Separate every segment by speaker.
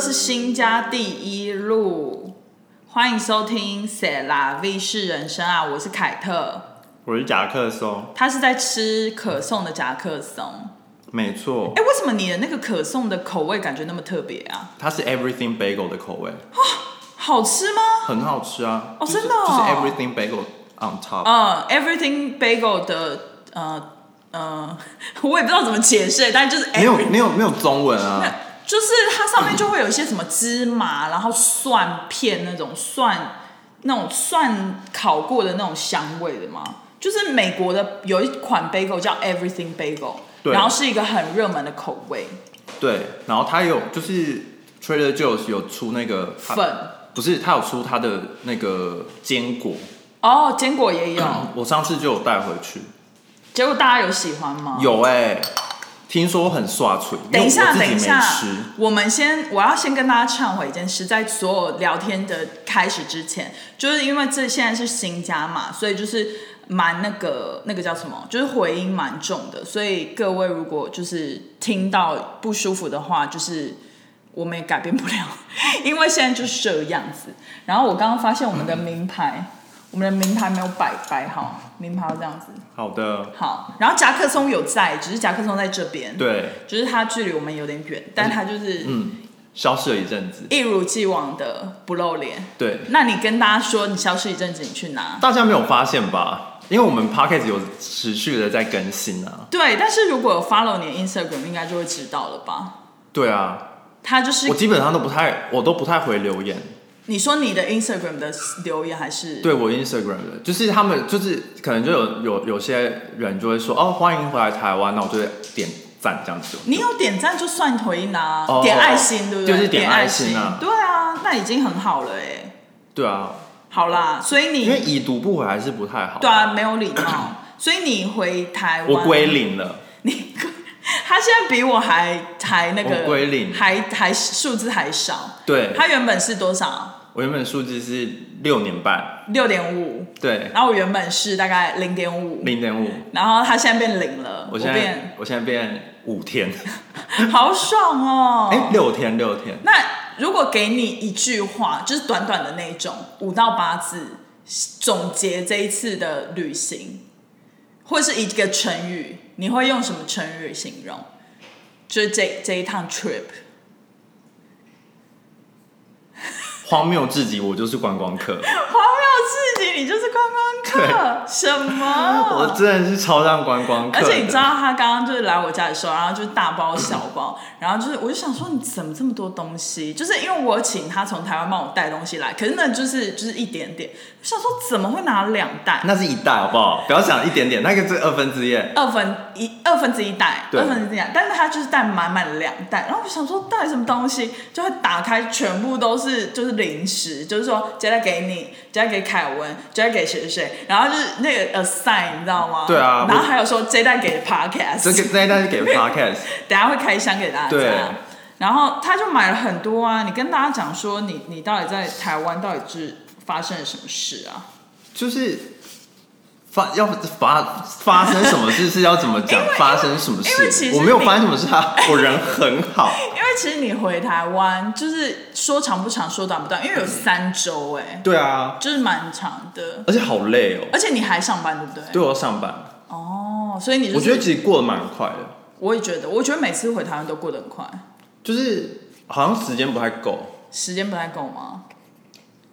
Speaker 1: 是新家第一路，欢迎收听《塞拉 V 是人生》啊，我是凯特，
Speaker 2: 我是夹克松，
Speaker 1: 他是在吃可颂的夹克松。
Speaker 2: 没错，
Speaker 1: 哎，为什么你的那个可颂的口味感觉那么特别啊？
Speaker 2: 它是 everything bagel 的口味，
Speaker 1: 好吃吗？
Speaker 2: 很好吃啊。
Speaker 1: 哦
Speaker 2: 就是
Speaker 1: 真的哦
Speaker 2: 就是 everything bagel on top。
Speaker 1: 嗯，Everything Bagel 的呃呃， 我也不知道怎么解释，但就是
Speaker 2: 没有
Speaker 1: every-
Speaker 2: 没有没有中文啊，
Speaker 1: 就是它上面就会有一些什么芝麻，然后蒜片那种蒜那种蒜烤过的那种香味的嘛。就是美国的有一款 bagel 叫 Everything Bagel，
Speaker 2: 对
Speaker 1: 然后是一个很热门的口味
Speaker 2: 对。然后它有就是 Trader Joe's 有出那个它
Speaker 1: 粉
Speaker 2: 不是它有出它的那个坚果，
Speaker 1: 哦，坚果也有。
Speaker 2: 我上次就有带回去，
Speaker 1: 结果大家有喜欢吗？
Speaker 2: 有哎、听说很刷嘴，
Speaker 1: 哦
Speaker 2: 因为
Speaker 1: 等一下，
Speaker 2: 我自
Speaker 1: 等
Speaker 2: 己
Speaker 1: 一
Speaker 2: 没
Speaker 1: 下
Speaker 2: 吃，
Speaker 1: 我们先，我要先跟大家忏悔一件事，在所有聊天的开始之前，就是因为这现在是新家嘛，所以就是蛮那个那个叫什么，就是回音蛮重的，所以各位如果就是听到不舒服的话，就是我们也改变不了， 因为现在就是这样子。然后我刚刚发现我们的名牌，我们的名牌没有摆摆好，名牌要这样子。
Speaker 2: 好的，
Speaker 1: 好，然后夹克松有在，只是夹克松在这边。
Speaker 2: 对，
Speaker 1: 就是它距离我们有点远，但它就是
Speaker 2: 嗯，消失了一阵子，
Speaker 1: 一如既往的不露脸。
Speaker 2: 对。
Speaker 1: 那你跟大家说你消失一阵子，你去哪？
Speaker 2: 大家没有发现吧？因为我们 p o c k e t 有持续的在更新啊。
Speaker 1: 对，但是如果有 follow 你的 Instagram，应该就会知道了吧？
Speaker 2: 对啊，
Speaker 1: 他就是
Speaker 2: 我基本上都不太，我都不太回留言。
Speaker 1: 你说你的 Instagram 的留言还是
Speaker 2: 对我 Instagram 的，就是他们就是可能就有有有些人就会说哦，欢迎回来台湾，那我就会点赞这样子。
Speaker 1: 你有点赞就算回应啦、
Speaker 2: 哦
Speaker 1: 点爱心对不对？
Speaker 2: 就是点
Speaker 1: 爱
Speaker 2: 爱心啊
Speaker 1: 对啊，那已经很好了哎、
Speaker 2: 对啊，
Speaker 1: 好啦，所以
Speaker 2: 因为
Speaker 1: 你
Speaker 2: 已读不回还是不太好。
Speaker 1: 对，啊没有礼貌，所以你回台湾，
Speaker 2: 我归零了。
Speaker 1: 你他现在比我还还那个
Speaker 2: 我归零
Speaker 1: 还还数字还少。
Speaker 2: 对，
Speaker 1: 他原本是多少？
Speaker 2: 我原本数字是六年半，
Speaker 1: 六点五，
Speaker 2: 对，
Speaker 1: 然后我原本是大概零点五，
Speaker 2: 零点五。
Speaker 1: 然后他现在变零了，
Speaker 2: 我
Speaker 1: 我哦
Speaker 2: 现在我现在变五天，
Speaker 1: 变 好爽哦！
Speaker 2: 哎、六天六天。
Speaker 1: 那如果给你一句话，就是短短的那一种五到八字，总结这一次的旅行，或是一个成语，你会用什么成语形容？就是这这一趟 trip，
Speaker 2: 荒谬至极，我就是观光
Speaker 1: 荒
Speaker 2: 客。
Speaker 1: 谬刺激，你就是观光客，什么？
Speaker 2: 我真的是超像观光客
Speaker 1: 哦而
Speaker 2: 的，
Speaker 1: 且你知道他刚刚就是来我家的时候，然后就是大包小包， 然后就是我就想说你怎么这么多东西？就是因为我有请他从台湾帮我带东西来，可是那就是就是一点点，我想说怎么会拿两袋？
Speaker 2: 那是一袋好不好？不要想一点点，那个是二分之一。
Speaker 1: 二分一二分之一袋，
Speaker 2: 对
Speaker 1: 二分之一袋，但是他就是带满满两袋，然后我想说到底什么东西，就会打开全部都是就是零食，就是说接下来给你，接下来给凯文，接下来给谁谁谁，然后就是那个 assign 你知道吗？
Speaker 2: 对啊
Speaker 1: 然后
Speaker 2: 我
Speaker 1: 还有说这一袋给 podcast，
Speaker 2: 这 个这一袋是给 podcast，
Speaker 1: 等一下会开箱给大家。
Speaker 2: 对
Speaker 1: 然后他就买了很多啊，你跟大家讲说你你到底在台湾到底是发生了什么事啊？
Speaker 2: 就是发要发发生什么事是要怎么讲？发生什么
Speaker 1: 因为其
Speaker 2: 事
Speaker 1: 实？
Speaker 2: 我没有
Speaker 1: 你
Speaker 2: 发生什么事 啊，我人很好。
Speaker 1: 因为其实你回台湾就是说长不长，说短不短，因为有三周哎、
Speaker 2: 对啊，
Speaker 1: 就是蛮长的，
Speaker 2: 而且好累哦，
Speaker 1: 而且你还上班对不对？
Speaker 2: 对我要上班，
Speaker 1: 哦，所以你、就是、
Speaker 2: 我觉得其实过得蛮快的，
Speaker 1: 我也觉得，我觉得每次回台湾都过得很快，
Speaker 2: 就是好像时间不太够，
Speaker 1: 时间不太够吗？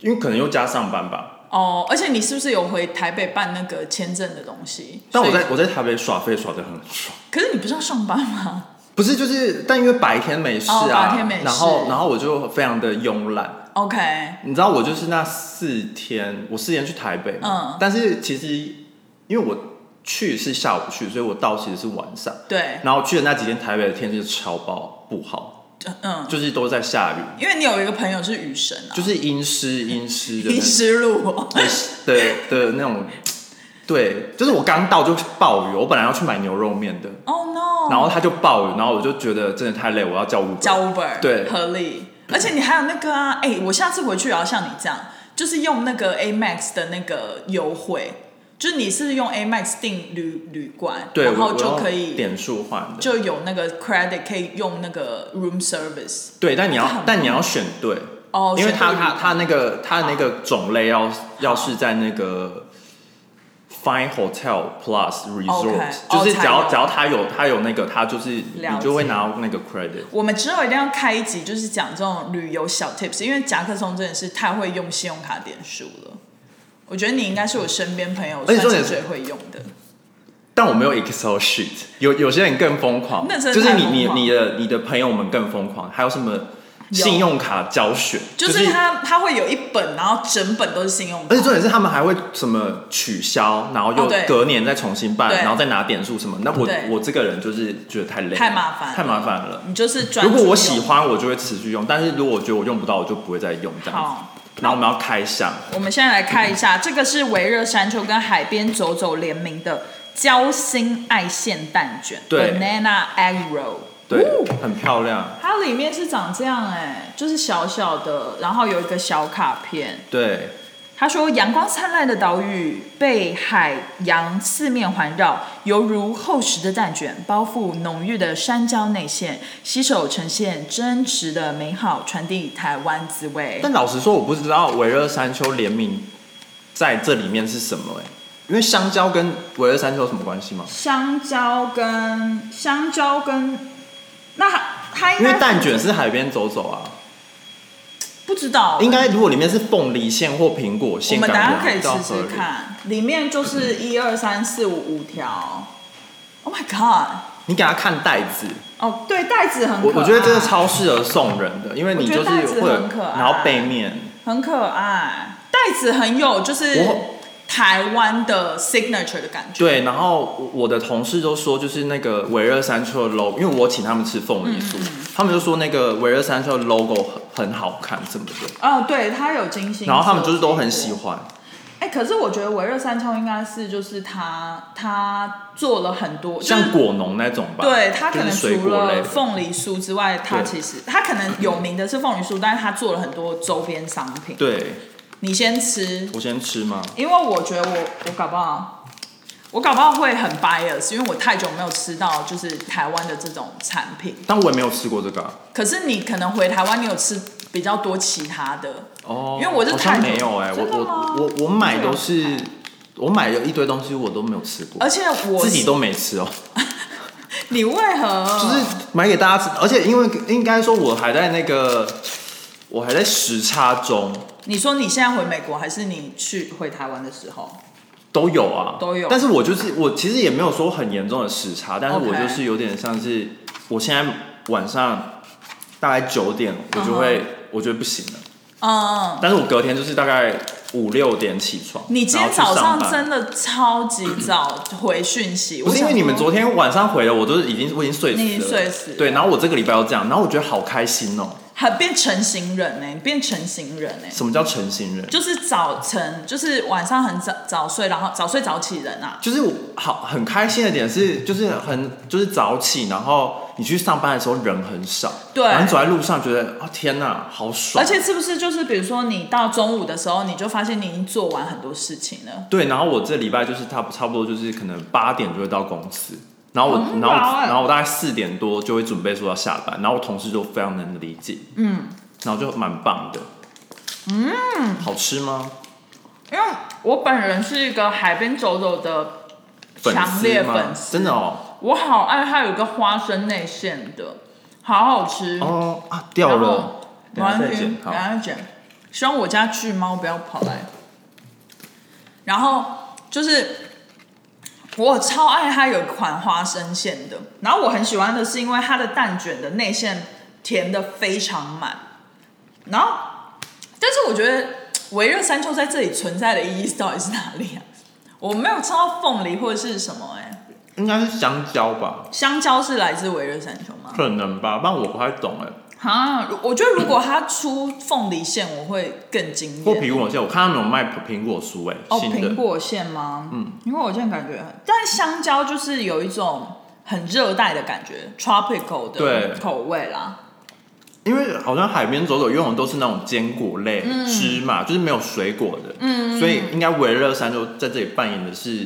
Speaker 2: 因为可能又加上班吧。
Speaker 1: 哦，而且你是不是有回台北办那个签证的东西？
Speaker 2: 但我
Speaker 1: 所以
Speaker 2: 在我在台北耍废耍的很爽。
Speaker 1: 可是你不是要上班吗？
Speaker 2: 不是，就是，但因为白天没事啊，
Speaker 1: 哦白天没事
Speaker 2: 然后，然后我就非常的慵懒。
Speaker 1: OK，
Speaker 2: 你知道，我就是那四天，我四天去台北嘛，
Speaker 1: 嗯
Speaker 2: 但是其实因为我去是下午去，所以我到其实是晚上。
Speaker 1: 对，
Speaker 2: 然后去的那几天，台北的天气超爆不好，
Speaker 1: 嗯，
Speaker 2: 就是都在下雨，
Speaker 1: 因为你有一个朋友是雨神啊，
Speaker 2: 就是啊阴湿阴湿的
Speaker 1: 你湿路哦，
Speaker 2: 那的的的那种。对，就是我刚到就暴雨，我本来要去买牛肉面的，
Speaker 1: Oh no！
Speaker 2: 然后它就暴雨，然后我就觉得真的太累，我要叫 Uber。
Speaker 1: 叫 Uber
Speaker 2: 对
Speaker 1: 合理，而且你还有那个啊，哎、我下次回去也要像你这样，就是用那个 Amex 的那个优惠，就是你是用 A Max 订旅旅馆，
Speaker 2: 对，
Speaker 1: 然后
Speaker 2: 我
Speaker 1: 就
Speaker 2: 我要
Speaker 1: 可以
Speaker 2: 点数换的，
Speaker 1: 就有那个 credit 可以用那个 room service
Speaker 2: 对，但你
Speaker 1: 这很
Speaker 2: 要
Speaker 1: 棒
Speaker 2: 但你要选对，
Speaker 1: 哦，
Speaker 2: 因为
Speaker 1: 选
Speaker 2: 它
Speaker 1: 对旅
Speaker 2: 它
Speaker 1: 馆
Speaker 2: 它那
Speaker 1: 啊
Speaker 2: 个它那个种类要要是在那个 Fine Hotel Plus Resort，
Speaker 1: OK，
Speaker 2: 就
Speaker 1: 哦
Speaker 2: 是
Speaker 1: 才
Speaker 2: 只要
Speaker 1: 有
Speaker 2: 只要它有它有那个，它就是你
Speaker 1: 了
Speaker 2: 就会
Speaker 1: 解
Speaker 2: 拿到那个 credit。
Speaker 1: 我们之后一定要开一集，就是讲这种旅游小 tips，因为夹克松真的是太会用信用卡点数了。我觉得你应该是我身边朋友
Speaker 2: 而且重
Speaker 1: 算
Speaker 2: 点
Speaker 1: 是
Speaker 2: 是
Speaker 1: 最会用的。
Speaker 2: 但我没有 Excel sheet，有有些人更疯狂，
Speaker 1: 那真的
Speaker 2: 就是你
Speaker 1: 太疯
Speaker 2: 你
Speaker 1: 狂
Speaker 2: 你的你的朋友们更疯狂，还有什么
Speaker 1: 有
Speaker 2: 信用卡教学，
Speaker 1: 就是是他他会有一本，然后整本都是信用卡
Speaker 2: 而且。重点是他们还会什么取消，然后
Speaker 1: 哦
Speaker 2: 又
Speaker 1: 对
Speaker 2: 隔年再重新办，
Speaker 1: 对
Speaker 2: 然后再拿点数什么。那我
Speaker 1: 对
Speaker 2: 我这个人就是觉得太累了，
Speaker 1: 太麻烦了
Speaker 2: 太麻烦了。
Speaker 1: 你就是专
Speaker 2: 如
Speaker 1: 注
Speaker 2: 果我
Speaker 1: 用
Speaker 2: 喜，欢，我就会持续用；但是如果我觉得我用不到，我就不会再用这样子。
Speaker 1: 好，
Speaker 2: 然后我们要开箱，
Speaker 1: 我们现在来看一下，这个是维热山丘跟海边走走联名的交心爱线蛋卷
Speaker 2: 对
Speaker 1: ，Banana Egg Roll。
Speaker 2: 对，
Speaker 1: 哦
Speaker 2: 很漂亮，
Speaker 1: 它里面是长这样哎、就是小小的，然后有一个小卡片。
Speaker 2: 对，
Speaker 1: 他说：“阳光灿烂的岛屿被海洋四面环绕，犹如厚实的蛋卷，包覆浓郁的山椒内馅，洗手呈现真实的美好，传递台湾滋味。
Speaker 2: 但老实说，我不知道维热山丘联名在这里面是什么哎、因为香蕉跟维热山丘有什么关系吗？
Speaker 1: 香蕉跟香蕉跟那它它应
Speaker 2: 因
Speaker 1: 该
Speaker 2: 为蛋卷是海边走走啊，
Speaker 1: 不知道，
Speaker 2: 应该如果里面是凤梨馅或苹果
Speaker 1: 我
Speaker 2: 馅，
Speaker 1: 们等
Speaker 2: 感
Speaker 1: 下
Speaker 2: 觉
Speaker 1: 可以
Speaker 2: 比较
Speaker 1: 试
Speaker 2: 合
Speaker 1: 试
Speaker 2: 理。
Speaker 1: 看，里面就是
Speaker 2: 嗯
Speaker 1: 一二三四五五条。Oh my god！
Speaker 2: 你给他看袋子，
Speaker 1: 哦，对，袋子很可
Speaker 2: 我
Speaker 1: 爱，
Speaker 2: 我觉得这个超适合送人的，因为你
Speaker 1: 我觉
Speaker 2: 就
Speaker 1: 得
Speaker 2: 是
Speaker 1: 袋子
Speaker 2: 会有
Speaker 1: 很，可爱
Speaker 2: 然后背面，
Speaker 1: 很可爱，袋子很有就是
Speaker 2: 我
Speaker 1: 台湾的 signature 的感觉。
Speaker 2: 对，然后我我的同事都说，就是那个维热山丘的 logo，因为我请他们吃凤梨
Speaker 1: 嗯
Speaker 2: 酥，他们就说那个维热山丘的 logo 很很好看什么的，
Speaker 1: 哦，对，它有精心。
Speaker 2: 然后他们就是都很喜。欢，
Speaker 1: 哎、可是我觉得维热山丘应该是就是他他做了很多，就是
Speaker 2: 像果农那种吧，
Speaker 1: 对他可
Speaker 2: 就
Speaker 1: 能
Speaker 2: 是水
Speaker 1: 除
Speaker 2: 果类
Speaker 1: 了
Speaker 2: 的，
Speaker 1: 凤梨酥之外，他
Speaker 2: 对
Speaker 1: 其实他可能有名的是凤梨酥，但是他做了很多周边商品。
Speaker 2: 对
Speaker 1: 你先吃，
Speaker 2: 我先吃吗？
Speaker 1: 因为我觉得我我搞不好，我搞不好会很 bias，因为我太久没有吃到就是台湾的这种产品。
Speaker 2: 但我也没有吃过这个啊、
Speaker 1: 可是你可能回台湾，你有吃比较多其他的，
Speaker 2: 哦，
Speaker 1: 因为我是
Speaker 2: 好像
Speaker 1: 泰国
Speaker 2: 没有哎、我
Speaker 1: 真的吗
Speaker 2: 我我我买都是
Speaker 1: 真的有，
Speaker 2: 我买了一堆东西我都没有吃过
Speaker 1: 而，且我嗯
Speaker 2: 自己都没吃哦、
Speaker 1: 你为何
Speaker 2: 就是买给大家吃，而且因为应该说，我还在那个，我还在时差中
Speaker 1: 你说你现在回美国，还是你去回台湾的时候？
Speaker 2: 都有啊，
Speaker 1: 都有
Speaker 2: 但是我就是我其实也没有说很严重的时差，但是
Speaker 1: OK
Speaker 2: 我就是有点像是我现在晚上大概九点我就会
Speaker 1: 嗯
Speaker 2: 我觉得不行了，
Speaker 1: 嗯，
Speaker 2: 但是我隔天就是大概五六点起床，
Speaker 1: 你今天
Speaker 2: 然
Speaker 1: 早
Speaker 2: 后去
Speaker 1: 上
Speaker 2: 上班。
Speaker 1: 真的超级早回讯息，
Speaker 2: 不是因
Speaker 1: 我
Speaker 2: 为
Speaker 1: 想
Speaker 2: 你们
Speaker 1: 说
Speaker 2: 昨天晚上回了，我都已经我已经睡死了，
Speaker 1: 你已经睡死了
Speaker 2: 对，然后我这个礼拜要这样，然后我觉得好开心哦、
Speaker 1: 很变成型人呢、你变成型人呢、
Speaker 2: 什么叫成型人？
Speaker 1: 就是早晨，就是晚上很早早睡，然后早睡早起人啊。
Speaker 2: 就是我好很开心的点是，就是很就是早起，然后你去上班的时候人很少，
Speaker 1: 对
Speaker 2: 然后你走在路上觉得哦天哪，好爽，
Speaker 1: 而且是不是就是比如说你到中午的时候，你就发现你已经做完很多事情了。
Speaker 2: 对，然后我这礼拜就是差不差不多就是可能八点就会到公司，然后我、
Speaker 1: 很
Speaker 2: 然后
Speaker 1: 早欸
Speaker 2: 然后我大概四点多就会准备说要下班，然后我同事就非常能理解，嗯，然后就蛮棒的，嗯，好吃吗？
Speaker 1: 因为我本人是一个海边走走的，
Speaker 2: 粉
Speaker 1: 强烈
Speaker 2: 丝吗？
Speaker 1: 粉丝
Speaker 2: 真的哦
Speaker 1: 我好爱它有一个花生内馅的，好好吃。
Speaker 2: 哦啊掉
Speaker 1: 然
Speaker 2: 了
Speaker 1: 后，
Speaker 2: 等一下再
Speaker 1: 没关系
Speaker 2: 剪好
Speaker 1: 等一。下再剪。希望我家巨猫不要跑来。然后就是我超爱它有一款花生馅的，然后我很喜欢的是因为它的蛋卷的内馅填的非常满，然后但是我觉得维热山丘在这里存在的意义到底是哪里啊？我没有吃到凤梨或者是什么哎、
Speaker 2: 应该是香蕉吧，
Speaker 1: 香蕉是来自维热山丘吗？
Speaker 2: 可能吧，但我不太懂哎。
Speaker 1: 啊，我觉得如果它出凤梨馅，我会更惊
Speaker 2: 或
Speaker 1: 艳。
Speaker 2: 苹果馅，我看他们有卖苹果酥哎、
Speaker 1: 哦，
Speaker 2: 新
Speaker 1: 苹
Speaker 2: 的。
Speaker 1: 果馅吗？嗯，因为我现在感觉很，但香蕉就是有一种很热带的感觉，tropical
Speaker 2: 对
Speaker 1: 的口味啦。
Speaker 2: 因为好像海边走走，因为我们都是那种坚果类、芝麻，
Speaker 1: 嗯
Speaker 2: 就是没有水果的，嗯，所以应该维热山丘在这里扮演的是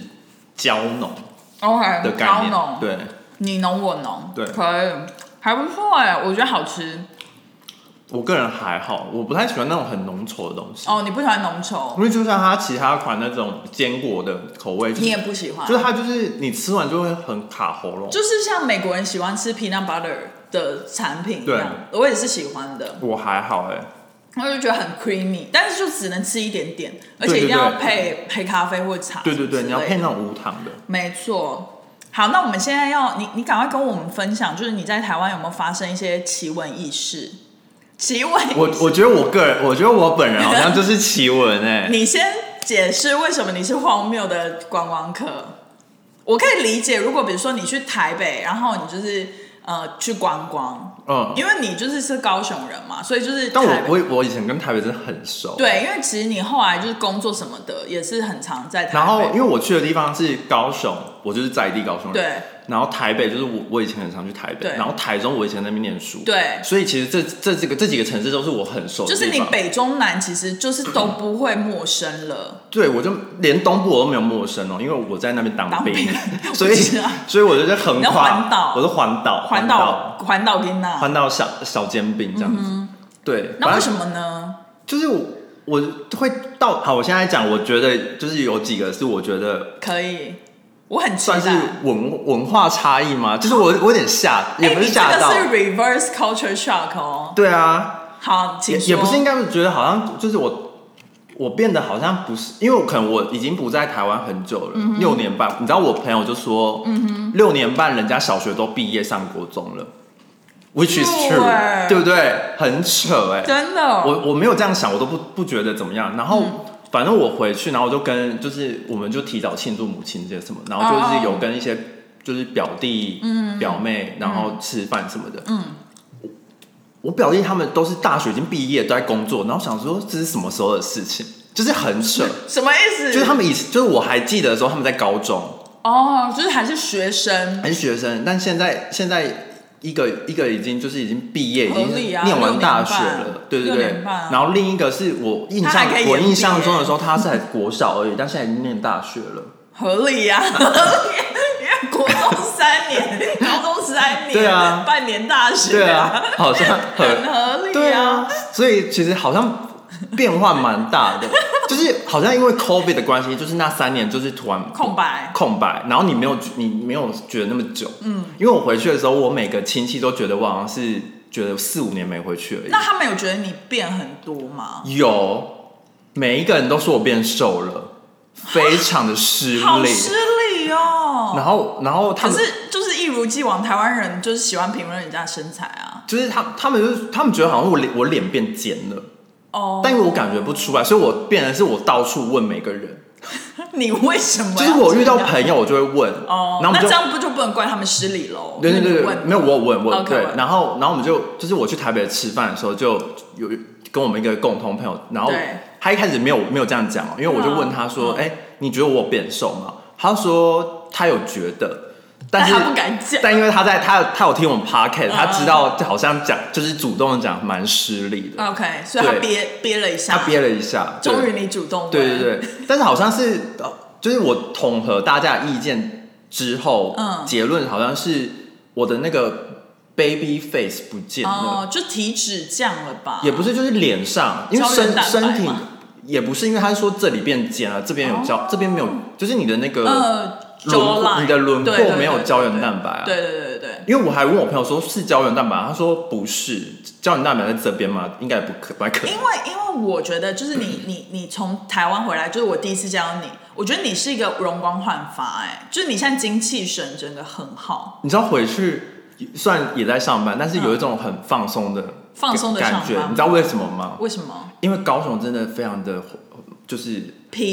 Speaker 2: 胶农
Speaker 1: OK，
Speaker 2: 的概
Speaker 1: 高
Speaker 2: 念，
Speaker 1: 浓，
Speaker 2: 对，
Speaker 1: 你浓我浓，
Speaker 2: 对
Speaker 1: 可以，还不错哎、我觉得好吃。
Speaker 2: 我个人还好，我不太喜欢那种很浓稠的东西，
Speaker 1: 哦，你不喜欢浓稠，
Speaker 2: 因为就像它其他款那种坚果的口味，就
Speaker 1: 你
Speaker 2: 是
Speaker 1: 也不喜欢，
Speaker 2: 就是它就是你吃完就会很卡喉咙。
Speaker 1: 就是像美国人喜欢吃 peanut butter 的产品一
Speaker 2: 对
Speaker 1: 样，我也是喜欢的，
Speaker 2: 我还好哎、
Speaker 1: 我就觉得很 creamy，但是就只能吃一点点，而且
Speaker 2: 对
Speaker 1: 一定要
Speaker 2: 对
Speaker 1: 配黑咖啡或茶。
Speaker 2: 对对对，你要配那。种无糖的。
Speaker 1: 没错。好，那我们现在要你，你赶快跟我们分享，就是你在台湾有没有发生一些奇闻异事？奇闻异事，
Speaker 2: 我我觉得我个人，我觉得我本人好像就是 奇闻哎、
Speaker 1: 你先解释为什么你是荒谬的观光客。我可以理解，如果比如说你去台北，然后你就是呃去观光，
Speaker 2: 嗯，
Speaker 1: 因为你就是是高雄人嘛，所以就是
Speaker 2: 但
Speaker 1: 台北
Speaker 2: 我我我以前跟台北真的很熟。。
Speaker 1: 对，因为其实你后来就是工作什么的，也是很常在台北。
Speaker 2: 然后因为我去的地方是高雄，我就是在地高雄人。。
Speaker 1: 对
Speaker 2: 然后台北就是我我以前很常去台北，
Speaker 1: 对
Speaker 2: 然后台中我以前在那边念书。。
Speaker 1: 对，
Speaker 2: 所以其实这这这个这几个城市都是我很熟的
Speaker 1: 就
Speaker 2: 地
Speaker 1: 是
Speaker 2: 方。
Speaker 1: 你北中南其实就是都不会陌生了。
Speaker 2: 对，我就连东部我都没有陌生哦，因为我在那边当
Speaker 1: 当
Speaker 2: 兵，
Speaker 1: 兵
Speaker 2: 所以
Speaker 1: 我知道
Speaker 2: 所以我就在横
Speaker 1: 你要
Speaker 2: 跨
Speaker 1: 环岛
Speaker 2: 我是 环岛，
Speaker 1: 环岛环岛给娜，
Speaker 2: 环岛小小煎饼这样子。对，
Speaker 1: 那为什
Speaker 2: 么？
Speaker 1: 么呢？
Speaker 2: 就是我我会到好，我现在讲，我觉得就是有几个是我觉得
Speaker 1: 可以，我很期
Speaker 2: 算是
Speaker 1: 待。哎
Speaker 2: 文文化差异吗？就是我我有点吓，也不
Speaker 1: 哎
Speaker 2: 是
Speaker 1: 你这
Speaker 2: 吓到，
Speaker 1: 个是 reverse culture shock 哦。
Speaker 2: 对啊，
Speaker 1: 好，请
Speaker 2: 也
Speaker 1: 说。
Speaker 2: 也不是应该是觉得好像就是我。我变得好像不是，因为我可能我已经不在台湾很久了，
Speaker 1: 嗯
Speaker 2: 六、年半。你知道我朋友就说，六、年半人家小学都毕业上国中了，which is
Speaker 1: 对
Speaker 2: true，对不对？很扯哎、
Speaker 1: 真的哦，
Speaker 2: 我我没有这样想，我都不不觉得怎么样。然后、反正我回去，然后我就跟就是我们就提早庆祝母亲节什么，然后就是有跟一些就是表弟、表妹，然后吃饭什么的。嗯，我表弟他们都是大学已经毕业，都在工作，然后想说这是什么时候的事情，就是很扯。
Speaker 1: 什么意思？
Speaker 2: 就是他们以前就是我还记得的时候，他们在高中
Speaker 1: 哦，就是还是学生，
Speaker 2: 还是学生，但现在现在。一个一个已经就是已经毕业，已经
Speaker 1: 合理啊
Speaker 2: 念完大学
Speaker 1: 六年
Speaker 2: 了
Speaker 1: 半，
Speaker 2: 对对
Speaker 1: 六
Speaker 2: 对
Speaker 1: 年。半啊
Speaker 2: 然后另一个是我印
Speaker 1: 他
Speaker 2: 象
Speaker 1: 还可以
Speaker 2: 我
Speaker 1: 延
Speaker 2: 印象
Speaker 1: 毕
Speaker 2: 中的
Speaker 1: 耶
Speaker 2: 时候，他是在国小而已， 但现在已经念大学了。
Speaker 1: 合理呀、因为 国中三年，高中三年，
Speaker 2: 对啊
Speaker 1: 半年大学，
Speaker 2: 对啊，好像
Speaker 1: 很
Speaker 2: 很
Speaker 1: 合理
Speaker 2: 对啊，所以其实好像变化蛮大的， 就是好像因为 COVID 的关系，就是那三年就是突然
Speaker 1: 空白，
Speaker 2: 空白，然后你没有你没有觉得那么久，嗯，因为我回去的时候，我每个亲戚都觉得我好像是觉得四五年没回去而已。
Speaker 1: 那他们有觉得你变很多吗？
Speaker 2: 有，每一个人都说我变瘦了，非常的失
Speaker 1: 好
Speaker 2: 礼。
Speaker 1: 失礼哦。
Speaker 2: 然后，然后他
Speaker 1: 可
Speaker 2: 们
Speaker 1: 是就是一如既往，台湾人就是喜欢评论人家的身材啊。
Speaker 2: 就是他，他们就是他们觉得好像我脸我脸变尖了，
Speaker 1: 哦，
Speaker 2: 但因为我感觉不出来，所以我变成是我到处问每个人，
Speaker 1: 你为什么要
Speaker 2: 就
Speaker 1: 这
Speaker 2: 是
Speaker 1: 样？
Speaker 2: 我遇到朋友我就会问，
Speaker 1: 哦，那
Speaker 2: 然后我们就
Speaker 1: 这样不就不能怪他们失礼喽？
Speaker 2: 对对
Speaker 1: 哦因为
Speaker 2: 对
Speaker 1: 你
Speaker 2: 对，
Speaker 1: 问
Speaker 2: 没有我有问问
Speaker 1: OK，
Speaker 2: 对
Speaker 1: 问，
Speaker 2: 然后然后我们就就是我去台北吃饭的时候就有跟我们一个共同朋友，然后
Speaker 1: 对
Speaker 2: 他一开始没有没有这样讲哦，因为我就问他说，
Speaker 1: 嗯
Speaker 2: 哎、你觉得我变瘦吗？他说他有觉得，但是
Speaker 1: 但他不敢讲
Speaker 2: 但因为他在他他有听我们 podcast，、
Speaker 1: 嗯
Speaker 2: 他知道好像讲就是主动讲蛮失礼的，
Speaker 1: OK，所以他
Speaker 2: 对
Speaker 1: 憋憋了一下，
Speaker 2: 他憋了一下，对
Speaker 1: 嗯终于你主动问
Speaker 2: 对对对，但是好像是呃就是我统合大家的意见之后，
Speaker 1: 嗯
Speaker 2: 结论好像是我的那个 baby face 不见了，
Speaker 1: 哦，就体脂降了吧？
Speaker 2: 也不是就是脸上，因为
Speaker 1: 胶原
Speaker 2: 身
Speaker 1: 蛋白
Speaker 2: 身体
Speaker 1: 嘛
Speaker 2: 也不是，因为他说这里变尖了，这边有胶，这边没有，就是你的那个
Speaker 1: 呃，
Speaker 2: 轮廓，
Speaker 1: 哦 jawline，
Speaker 2: 你的轮
Speaker 1: 对对
Speaker 2: 廓
Speaker 1: 对
Speaker 2: 没有
Speaker 1: 对
Speaker 2: 胶原蛋白啊。
Speaker 1: 对对对对对，
Speaker 2: 因为我还问我朋友说是胶原蛋白，他说不是，胶原蛋白在这边吗？应该也不可不太可能
Speaker 1: 因。为因为我觉得就是你你你从台湾回来，就是我第一次见到你，我觉得你是一个容光焕发、哎，就是你现在精气神真的很好，
Speaker 2: 你知道回去虽然也在上班，但是有一种很放松的、
Speaker 1: 嗯放松地上班
Speaker 2: 感觉，你知道为什么吗？
Speaker 1: 为什么
Speaker 2: 因为高雄真的非常的，就是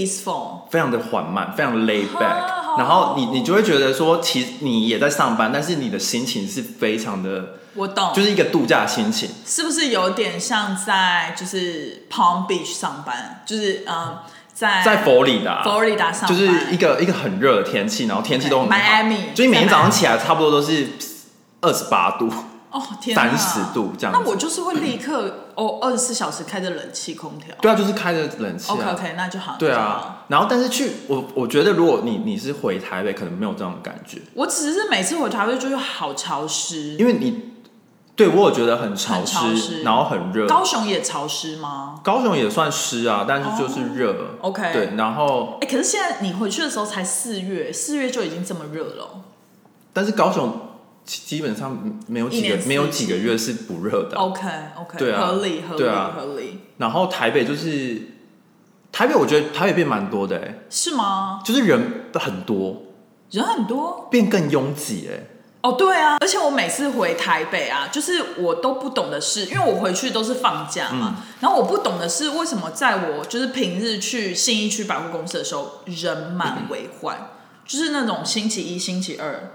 Speaker 1: ？Peaceful，
Speaker 2: 非常的缓慢，非常 laid back，、
Speaker 1: 啊好
Speaker 2: 然后你你就会觉得说，其实你也在上班，但是你的心情是非常的，
Speaker 1: 我懂，
Speaker 2: 就是一个度假心情。
Speaker 1: 是不是有点像在就是 Palm Beach 上班，就是呃在
Speaker 2: 在佛罗里达，
Speaker 1: 佛罗里达上班，
Speaker 2: 就是一个一个很热的天气，然后天气都很好
Speaker 1: Miami，
Speaker 2: 就是每天
Speaker 1: 在
Speaker 2: 早上起来差不多都是二十八度，
Speaker 1: 哦天哪，
Speaker 2: 三十度这样子。
Speaker 1: 那我就是会立刻哦，二十四小时开着冷气空调。
Speaker 2: 对啊，就是开着冷气
Speaker 1: OK
Speaker 2: 啊。
Speaker 1: OK，那就好。
Speaker 2: 对
Speaker 1: 那就好
Speaker 2: 啊，然后但是去我我觉得如果你你是回台北，可能没有这种感觉，
Speaker 1: 我只是每次回台湾就是好潮湿，
Speaker 2: 因为你对我有觉得很潮
Speaker 1: 很
Speaker 2: 湿，
Speaker 1: 潮湿
Speaker 2: 然后很热。
Speaker 1: 高雄也潮湿吗
Speaker 2: 高雄也算湿啊，但是就是热。
Speaker 1: ？OK，
Speaker 2: 对，然后
Speaker 1: 哎、可是现在你回去的时候才四月，四月就已经这么热了哦、
Speaker 2: 但是高雄基基本上没有
Speaker 1: 一
Speaker 2: 几
Speaker 1: 年
Speaker 2: 个
Speaker 1: 四季
Speaker 2: 没有几个月是不热的。
Speaker 1: OK OK，
Speaker 2: 对啊
Speaker 1: 合理合理、
Speaker 2: 对啊
Speaker 1: 合理，
Speaker 2: 然后台北就是台北，我觉得台北变蛮多的、欸，
Speaker 1: 是吗？
Speaker 2: 就是人很多，
Speaker 1: 人很多
Speaker 2: 变更拥挤哎、
Speaker 1: 哦，对啊，而且我每次回台北啊，就是我都不懂的是，因为我回去都是放假嘛，
Speaker 2: 嗯
Speaker 1: 然后我不懂的是为什么在我就是平日去信义区百货公司的时候，人满为患，就是那种星期一、星期二，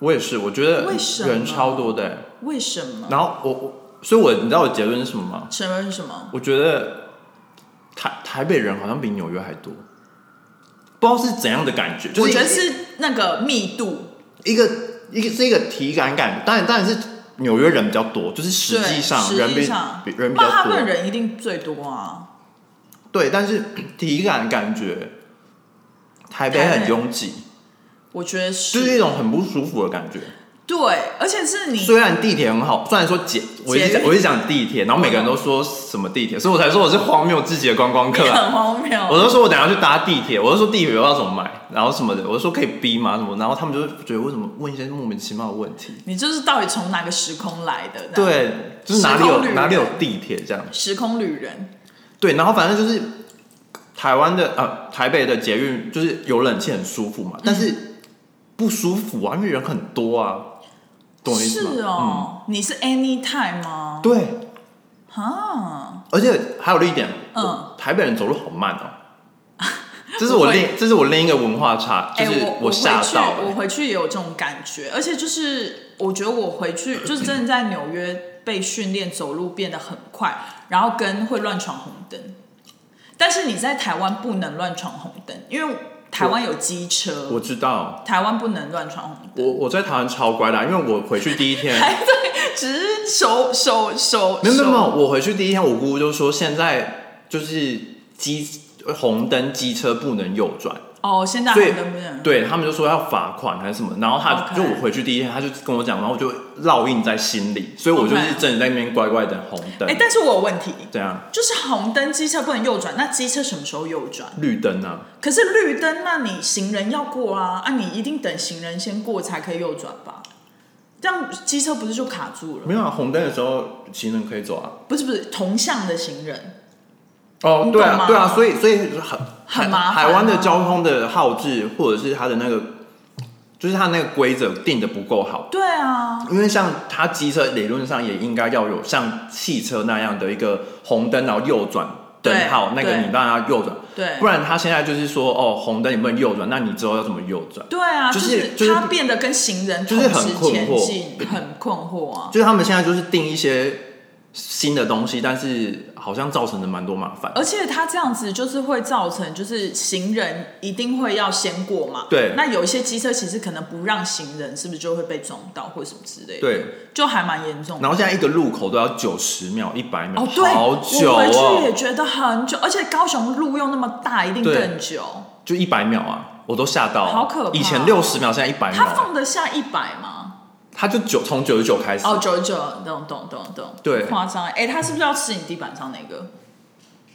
Speaker 2: 我也是，我觉得
Speaker 1: 为什么
Speaker 2: 人超多的、欸。
Speaker 1: 为什么？
Speaker 2: 然后我我，所以我你知道我结论是什么吗？
Speaker 1: 承认什么？
Speaker 2: 我觉得台台北人好像比纽约还多，不知道是怎样的感觉。就是、
Speaker 1: 我觉得是那个密度，
Speaker 2: 一个一个是一个体感感，当然当然是纽约人比较多，就是实际上
Speaker 1: 对
Speaker 2: 人
Speaker 1: 实
Speaker 2: 比
Speaker 1: 际上
Speaker 2: 比人比
Speaker 1: 曼
Speaker 2: 较
Speaker 1: 哈顿
Speaker 2: 多，
Speaker 1: 人一定最多啊，
Speaker 2: 对，但是体感感觉台北
Speaker 1: 台
Speaker 2: 很
Speaker 1: 北
Speaker 2: 拥挤，
Speaker 1: 我觉得，
Speaker 2: 就是是一种很不舒服的感觉。
Speaker 1: 对，而且是你
Speaker 2: 虽然地铁很好，虽然说捷，我一直
Speaker 1: 捷运
Speaker 2: 我一直讲地铁，然后每个人都说什么地铁，所以我才说我是荒谬至极的观光客、啊。
Speaker 1: 很荒谬，
Speaker 2: 我都说我等一下去搭地铁，我就说地铁要怎么买，然后什么的，我就说可以逼吗？什么？然后他们就觉得为什么问一些莫名其妙的问题？
Speaker 1: 你就是到底从哪个时空来的？这样，
Speaker 2: 对，就是哪里
Speaker 1: 时
Speaker 2: 有
Speaker 1: 空旅人
Speaker 2: 哪里有地铁这样。
Speaker 1: 时空旅人，
Speaker 2: 对，然后反正就是台湾的呃台北的捷运就是有冷气很舒服嘛，但
Speaker 1: 嗯
Speaker 2: 是不舒服啊，因为人很多啊，懂我意思吗？
Speaker 1: 是哦，你是 anytime 吗
Speaker 2: 嗯，？对，
Speaker 1: 啊，
Speaker 2: 而且还有一点，
Speaker 1: 嗯
Speaker 2: 嗯，台北人走路好慢哦。 这是我
Speaker 1: 不会
Speaker 2: 另这是我另一个文化差，就
Speaker 1: 哎、
Speaker 2: 是
Speaker 1: 我
Speaker 2: 吓
Speaker 1: 回去
Speaker 2: 到了
Speaker 1: 我回去也有这种感觉，而且就是我觉得我回去就是真的在纽约被训练走路变得很快，然后跟会乱闯红灯，但是你在台湾不能乱闯红灯，因为台湾有机车
Speaker 2: 我，知道，
Speaker 1: 台湾不能乱闯红
Speaker 2: 我我在台湾超乖的啊、因为我回去第一天
Speaker 1: 灯，，还对，只是手手手，
Speaker 2: 没有没有
Speaker 1: 手
Speaker 2: 没有，我回去第一天，我姑姑就说现在就是机红灯机车不能右转，
Speaker 1: 哦，现在
Speaker 2: 所以
Speaker 1: 红灯不能，
Speaker 2: 对他们就说要罚款还是什么，然后他
Speaker 1: OK
Speaker 2: 就我回去第一天，他就跟我讲，然后我就烙印在心里，所以我就是
Speaker 1: OK
Speaker 2: 真的在那边乖乖等红灯
Speaker 1: 哎、，但是我有问题。
Speaker 2: 这样
Speaker 1: 就是红灯机车不能右转，那机车什么时候右转？
Speaker 2: 绿灯啊，
Speaker 1: 可是绿灯，那你行人要过啊，啊，你一定等行人先过才可以右转吧？这样机车不是就卡住了？
Speaker 2: 没有啊，红灯的时候行人可以走啊。
Speaker 1: 不是不是，同向的行人，
Speaker 2: 哦，
Speaker 1: 你
Speaker 2: 对
Speaker 1: 懂
Speaker 2: 啊
Speaker 1: 吗，
Speaker 2: 对啊，所以所以很
Speaker 1: 很麻烦啊
Speaker 2: 台湾的交通的耗制，或者是它的那个，就是它那个规则定的不够好。
Speaker 1: 对啊，
Speaker 2: 因为像它机车理论上也应该要有像汽车那样的一个红灯，然后右转灯号，
Speaker 1: 对
Speaker 2: 那个你让它右转，
Speaker 1: 对
Speaker 2: 不，然它现在就是说哦，红灯你不能右转，那你之后要怎么右转？
Speaker 1: 对啊，
Speaker 2: 就
Speaker 1: 就是是
Speaker 2: 就是
Speaker 1: 他变得跟行人
Speaker 2: 就
Speaker 1: 同
Speaker 2: 是
Speaker 1: 时
Speaker 2: 很困
Speaker 1: 前
Speaker 2: 惑
Speaker 1: 进，很困惑啊。
Speaker 2: 就是他们现在就是定一些新的东西，但是好像造成了蛮多麻烦。
Speaker 1: 而且他这样子就是会造成，就是行人一定会要先过嘛。
Speaker 2: 对
Speaker 1: 那有一些机车其实可能不让行人，是不是就会被撞到或什么之类的？，
Speaker 2: 对，
Speaker 1: 就还蛮严重的。
Speaker 2: 然后现在一个路口都要九十秒、一百秒，
Speaker 1: 哦，对，
Speaker 2: 嗯好久
Speaker 1: 我回去
Speaker 2: 哦
Speaker 1: 也，觉得很久，而且高雄路又那么大，一定
Speaker 2: 对
Speaker 1: 更久。
Speaker 2: 就一百秒啊，我都吓到，
Speaker 1: 好可怕
Speaker 2: 以前六十秒，现在一百
Speaker 1: 他
Speaker 2: 秒，
Speaker 1: 放得下一百吗？
Speaker 2: 他就九从九十九开始，
Speaker 1: 哦，九九，懂懂懂懂，
Speaker 2: 对
Speaker 1: 夸张。哎、他是不是要吃你地板上那个？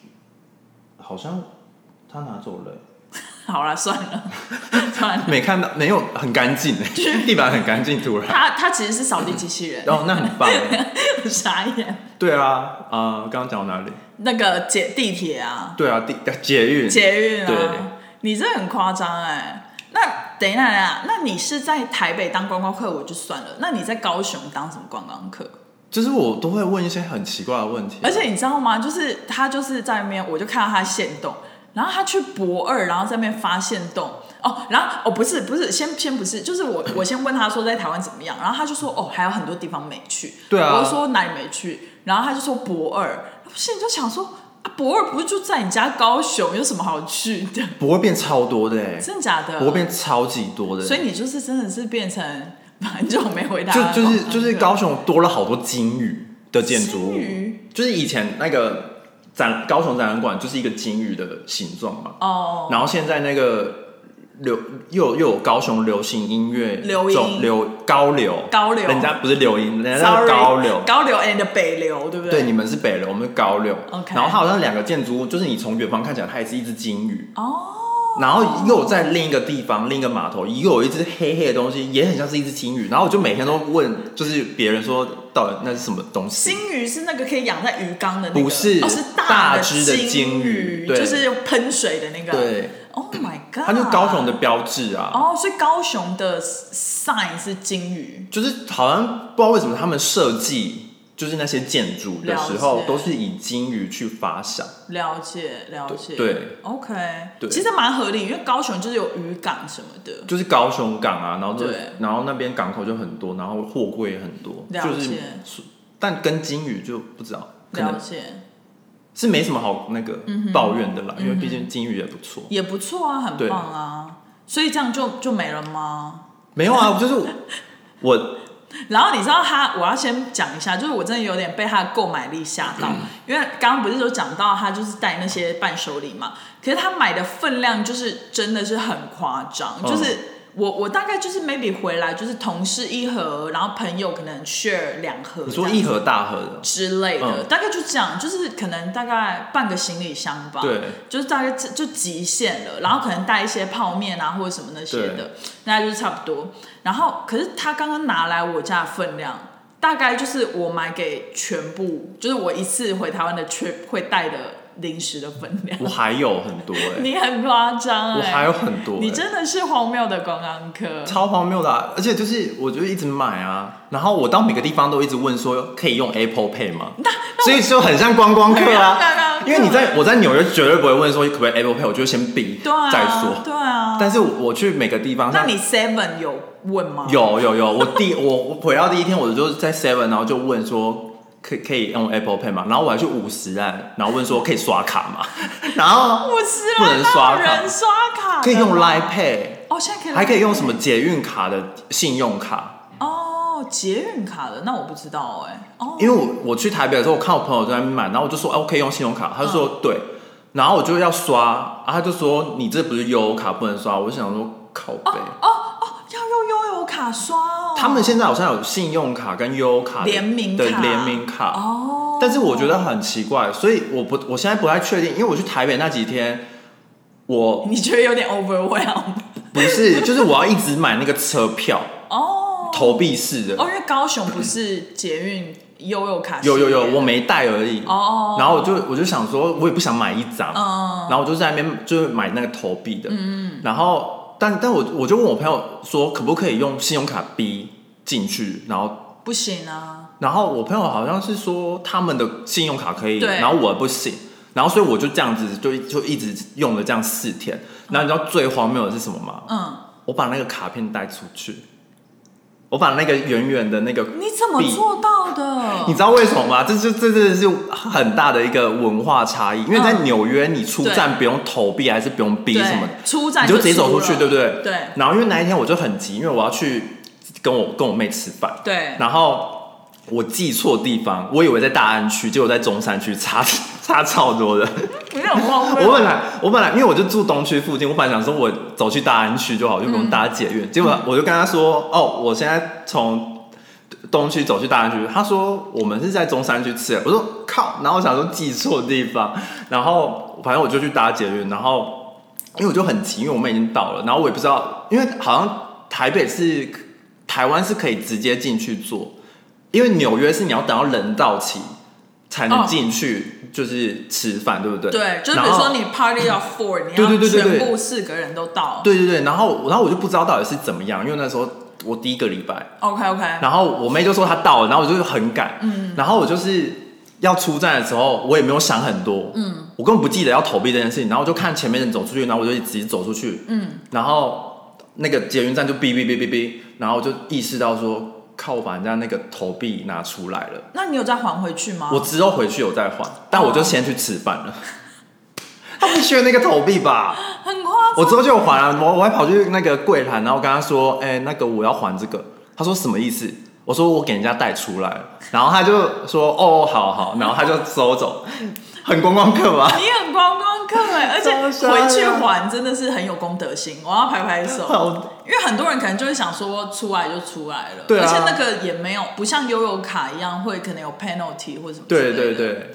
Speaker 2: 好像他拿走了。
Speaker 1: 好啦，算了， 算了。
Speaker 2: 没看到，没有很干净，地板很干净， 突然。
Speaker 1: 他他其实是扫地机器人，
Speaker 2: 哦，那很棒。
Speaker 1: 傻眼。
Speaker 2: 对啊，啊、刚刚讲到哪里？
Speaker 1: 那个捷地铁啊，
Speaker 2: 对啊，地捷运。
Speaker 1: 捷运
Speaker 2: 对
Speaker 1: 啊，你这很夸张哎。那等一下，等一下，那你是在台北当观光客我就算了，那你在高雄当什么观光客？
Speaker 2: 就是我都会问一些很奇怪的问题，
Speaker 1: 而且你知道吗？就是他就是在那边，我就看到他现动，然后他去博二，然后在那边发现动哦，然后哦不是不是，先先不是，就是 我我先问他说在台湾怎么样，然后他就说哦还有很多地方没去，
Speaker 2: 对啊
Speaker 1: 我就说哪里没去，然后他就说博二，我心里就想说啊博二不是就在你家高雄，有什么好去 的？
Speaker 2: 不会变超多的哎、
Speaker 1: 真的假
Speaker 2: 不会
Speaker 1: 的？
Speaker 2: 变超级多的。
Speaker 1: 所以你就是真的是变成反正我没回答
Speaker 2: 就
Speaker 1: 他的
Speaker 2: 就
Speaker 1: 广
Speaker 2: 是
Speaker 1: 告
Speaker 2: 就
Speaker 1: 对
Speaker 2: 是高雄多了好多金鱼的建筑物
Speaker 1: 金鱼，
Speaker 2: 就是以前那个展高雄展览馆就是一个金鱼的形状嘛，
Speaker 1: 哦，
Speaker 2: 然后现在那个流又又有高雄流行音乐
Speaker 1: 流音
Speaker 2: 总流高流
Speaker 1: 高流
Speaker 2: 人家不是流音，人家
Speaker 1: Sorry，
Speaker 2: 是高流。
Speaker 1: 高流 and 北流，对不
Speaker 2: 对，
Speaker 1: 对？
Speaker 2: 你们是北流，我们是高流。
Speaker 1: OK
Speaker 2: 然后它好像两个建筑物，就是你从远方看起来，它也是一只金鱼。
Speaker 1: 哦，
Speaker 2: 然后又在另一个地方，另一个码头又有一只黑黑的东西，也很像是一只金鱼。然后我就每天都问，就是别人说到底那是什么东西？
Speaker 1: 金鱼是那个可以养在鱼缸的那个，
Speaker 2: 不是
Speaker 1: 哦，是
Speaker 2: 大
Speaker 1: 的
Speaker 2: 只的
Speaker 1: 金
Speaker 2: 金
Speaker 1: 鱼，
Speaker 2: 鱼对
Speaker 1: 就是喷水的那个。
Speaker 2: 对，
Speaker 1: ，Oh my god，
Speaker 2: 它就高雄的标志啊，
Speaker 1: 哦，所以高雄的 sign 是金鱼，
Speaker 2: 就是好像不知道为什么他们设计就是那些建筑的时
Speaker 1: 了
Speaker 2: 候
Speaker 1: 解
Speaker 2: 都是以金鱼去发想。
Speaker 1: 了解了解，
Speaker 2: 对，
Speaker 1: ，OK，
Speaker 2: 对
Speaker 1: 其实蛮合理，因为高雄就是有渔港什么的，
Speaker 2: 就是高雄港啊，然后就
Speaker 1: 对
Speaker 2: 然后那边港口就很多，然后货柜也很多，
Speaker 1: 了
Speaker 2: 就
Speaker 1: 解
Speaker 2: 是但跟金鱼就不知道，可
Speaker 1: 了
Speaker 2: 能
Speaker 1: 解。嗯
Speaker 2: 是没什么好那个抱怨的啦，因为毕竟金鱼也不错。
Speaker 1: 也不错啊，很
Speaker 2: 对
Speaker 1: 棒啊。所以这样就就没了吗？
Speaker 2: 没有啊，就是我 我
Speaker 1: 然后你知道他，我要先讲一下，就是我真的有点被他的购买力吓到，
Speaker 2: 嗯
Speaker 1: 因为刚刚不是有讲到他就是带那些伴手礼嘛，可是他买的分量就是真的是很夸张，
Speaker 2: 嗯
Speaker 1: 就是我我大概就是 maybe 回来就是同事一盒，然后朋友可能 share 两盒，
Speaker 2: 你说一盒大盒的，
Speaker 1: 之类的，
Speaker 2: 嗯
Speaker 1: 大概就这样，就是可能大概半个行李箱吧，
Speaker 2: 对，
Speaker 1: 就是大概这就极限了，然后可能带一些泡面啊或者什么那些的，大概就是差不多。然后可是他刚刚拿来我家的分量，大概就是我买给全部，就是我一次回台湾的 trip 会带的零食的分量，
Speaker 2: 我还有很多哎、
Speaker 1: 你很夸张哎，
Speaker 2: 我还有很多、欸，
Speaker 1: 你真的是荒谬的观光客，
Speaker 2: 超荒谬的啊、而且就是我就一直买啊，然后我到每个地方都一直问说可以用 Apple Pay 吗？所以就很像观光客
Speaker 1: 很像观光
Speaker 2: 啊，
Speaker 1: 客
Speaker 2: 因为你在我在纽约绝对不会问说可不可以 Apple Pay，我就先比
Speaker 1: 对啊，
Speaker 2: 再说。
Speaker 1: 对啊。
Speaker 2: 但是我去每个地方，
Speaker 1: 那
Speaker 2: 像
Speaker 1: 你 Seven 有问吗？
Speaker 2: 有有有，我第 我我回到第一天，我就在 Seven，然后就问说。可以可以用 Apple Pay 吗？然后我还去五十按，然后问说可以刷卡吗？ 然后
Speaker 1: 五十
Speaker 2: 不能刷卡
Speaker 1: 人刷卡的
Speaker 2: 可以用
Speaker 1: 啦
Speaker 2: Line Pay，
Speaker 1: 哦，现在可以，
Speaker 2: 还可以用什么？捷运卡的信用卡。
Speaker 1: 哦，捷运卡的，那我不知道哎、哦，
Speaker 2: 因为我我去台北的时候，我看我朋友在那边买，然后我就说，哎、我可以用信用
Speaker 1: 嗯
Speaker 2: 卡，他就说、对，然后我就要刷，啊、他就说你这不是优卡不能刷，我就想说靠背。
Speaker 1: 哦要用悠游卡刷哦。
Speaker 2: 他们现在好像有信用卡跟优卡的
Speaker 1: 联名卡
Speaker 2: 的联名卡
Speaker 1: 哦，
Speaker 2: 但是我觉得很奇怪，所以我不，我现在不太确定，因为我去台北那几天，我
Speaker 1: 你觉得有点 overwhelm
Speaker 2: 不是， 就是我要一直买那个车票，
Speaker 1: 哦
Speaker 2: 投币式的，
Speaker 1: 哦，因为高雄不是捷运悠游卡系
Speaker 2: 有
Speaker 1: 列，
Speaker 2: 有有，我没带而已。
Speaker 1: 哦
Speaker 2: 然后我就我就想说，我也不想买一张，
Speaker 1: 嗯
Speaker 2: 然后我就在那边就是买那个投币的，嗯，然后但但我我就问我朋友说，可不可以用信用卡逼进去，然后
Speaker 1: 嗯不行啊，
Speaker 2: 然后我朋友好像是说他们的信用卡可以，
Speaker 1: 对
Speaker 2: 然后我不行，然后所以我就这样子就就一直用了这样四天。然后你知道最荒谬的是什么吗？
Speaker 1: 嗯，
Speaker 2: 我把那个卡片带出去，我把那个圆圆的那个，
Speaker 1: 你怎么
Speaker 2: 币
Speaker 1: 做到的？
Speaker 2: 你知道为什么吗？这就这真的是很大的一个文化差异，因为在纽约你出站不用投币还是不用币
Speaker 1: 嗯对
Speaker 2: 什么，
Speaker 1: 出站
Speaker 2: 你就直接
Speaker 1: 出
Speaker 2: 走出去，
Speaker 1: 了
Speaker 2: 对不对？
Speaker 1: 对
Speaker 2: 然后因为那一天我就很急，因为我要去跟我跟我妹吃饭，
Speaker 1: 对，
Speaker 2: 然后我记错地方，我以为在大安区，结果在中山区，差差超多的。
Speaker 1: 有点荒
Speaker 2: 我
Speaker 1: 谬。
Speaker 2: 本来我本来因为我就住东区附近，我本来想说我走去大安区就好，就不用搭捷运。结果我就跟他说，哦，我现在从。东区走去大安区，他说我们是在中山区吃的，我说靠，然后我想说记错地方，然后反正我就去搭捷运，然后因为我就很急，因为我们已经到了，然后我也不知道，因为好像台北是台湾是可以直接进去坐，因为纽约是你要等到人到齐才
Speaker 1: 哦
Speaker 2: 能进去，就是吃饭，对不对？
Speaker 1: 对，就是
Speaker 2: 然
Speaker 1: 比
Speaker 2: 后
Speaker 1: 如说你 party 要 four，你
Speaker 2: 对对
Speaker 1: 要
Speaker 2: 对对对
Speaker 1: 全部四个人都到。
Speaker 2: 对对对，然后然后我就不知道到底是怎么样，因为那时候我第一个礼拜，
Speaker 1: OK OK，
Speaker 2: 然后我妹就说她到了，然后我就很赶，嗯，然后我就是要出站的时候，我也没有想很多，嗯，我根本不记得要投币这件事情，然后我就看前面人走出去，然后我就直接走出去，嗯，然后那个捷运站就哔哔哔哔哔，然后我就意识到说。靠！我把人家那个投币拿出来了，
Speaker 1: 那你有再还回去吗？
Speaker 2: 我之后回去有再还，但我就先去吃饭了。 他不缺那个投币吧？
Speaker 1: 很夸张。
Speaker 2: 我之后就有还了，我我还跑去那个柜台，然后跟他说，哎、那个我要还这个，他说什么意思？我说我给人家带出来，然后他就说哦，好好，然后他就收走，很观光 客吧？
Speaker 1: 你很观光客哎，而且
Speaker 2: 超瞎的
Speaker 1: 回去还真的是很有公德心，我要拍拍 手。
Speaker 2: 好
Speaker 1: 因为很多人可能就会想说出来就出来了，
Speaker 2: 对
Speaker 1: 而
Speaker 2: 啊
Speaker 1: 且那个也没有不像悠游卡一样会可能有 penalty 或什么之类的。
Speaker 2: 对对对，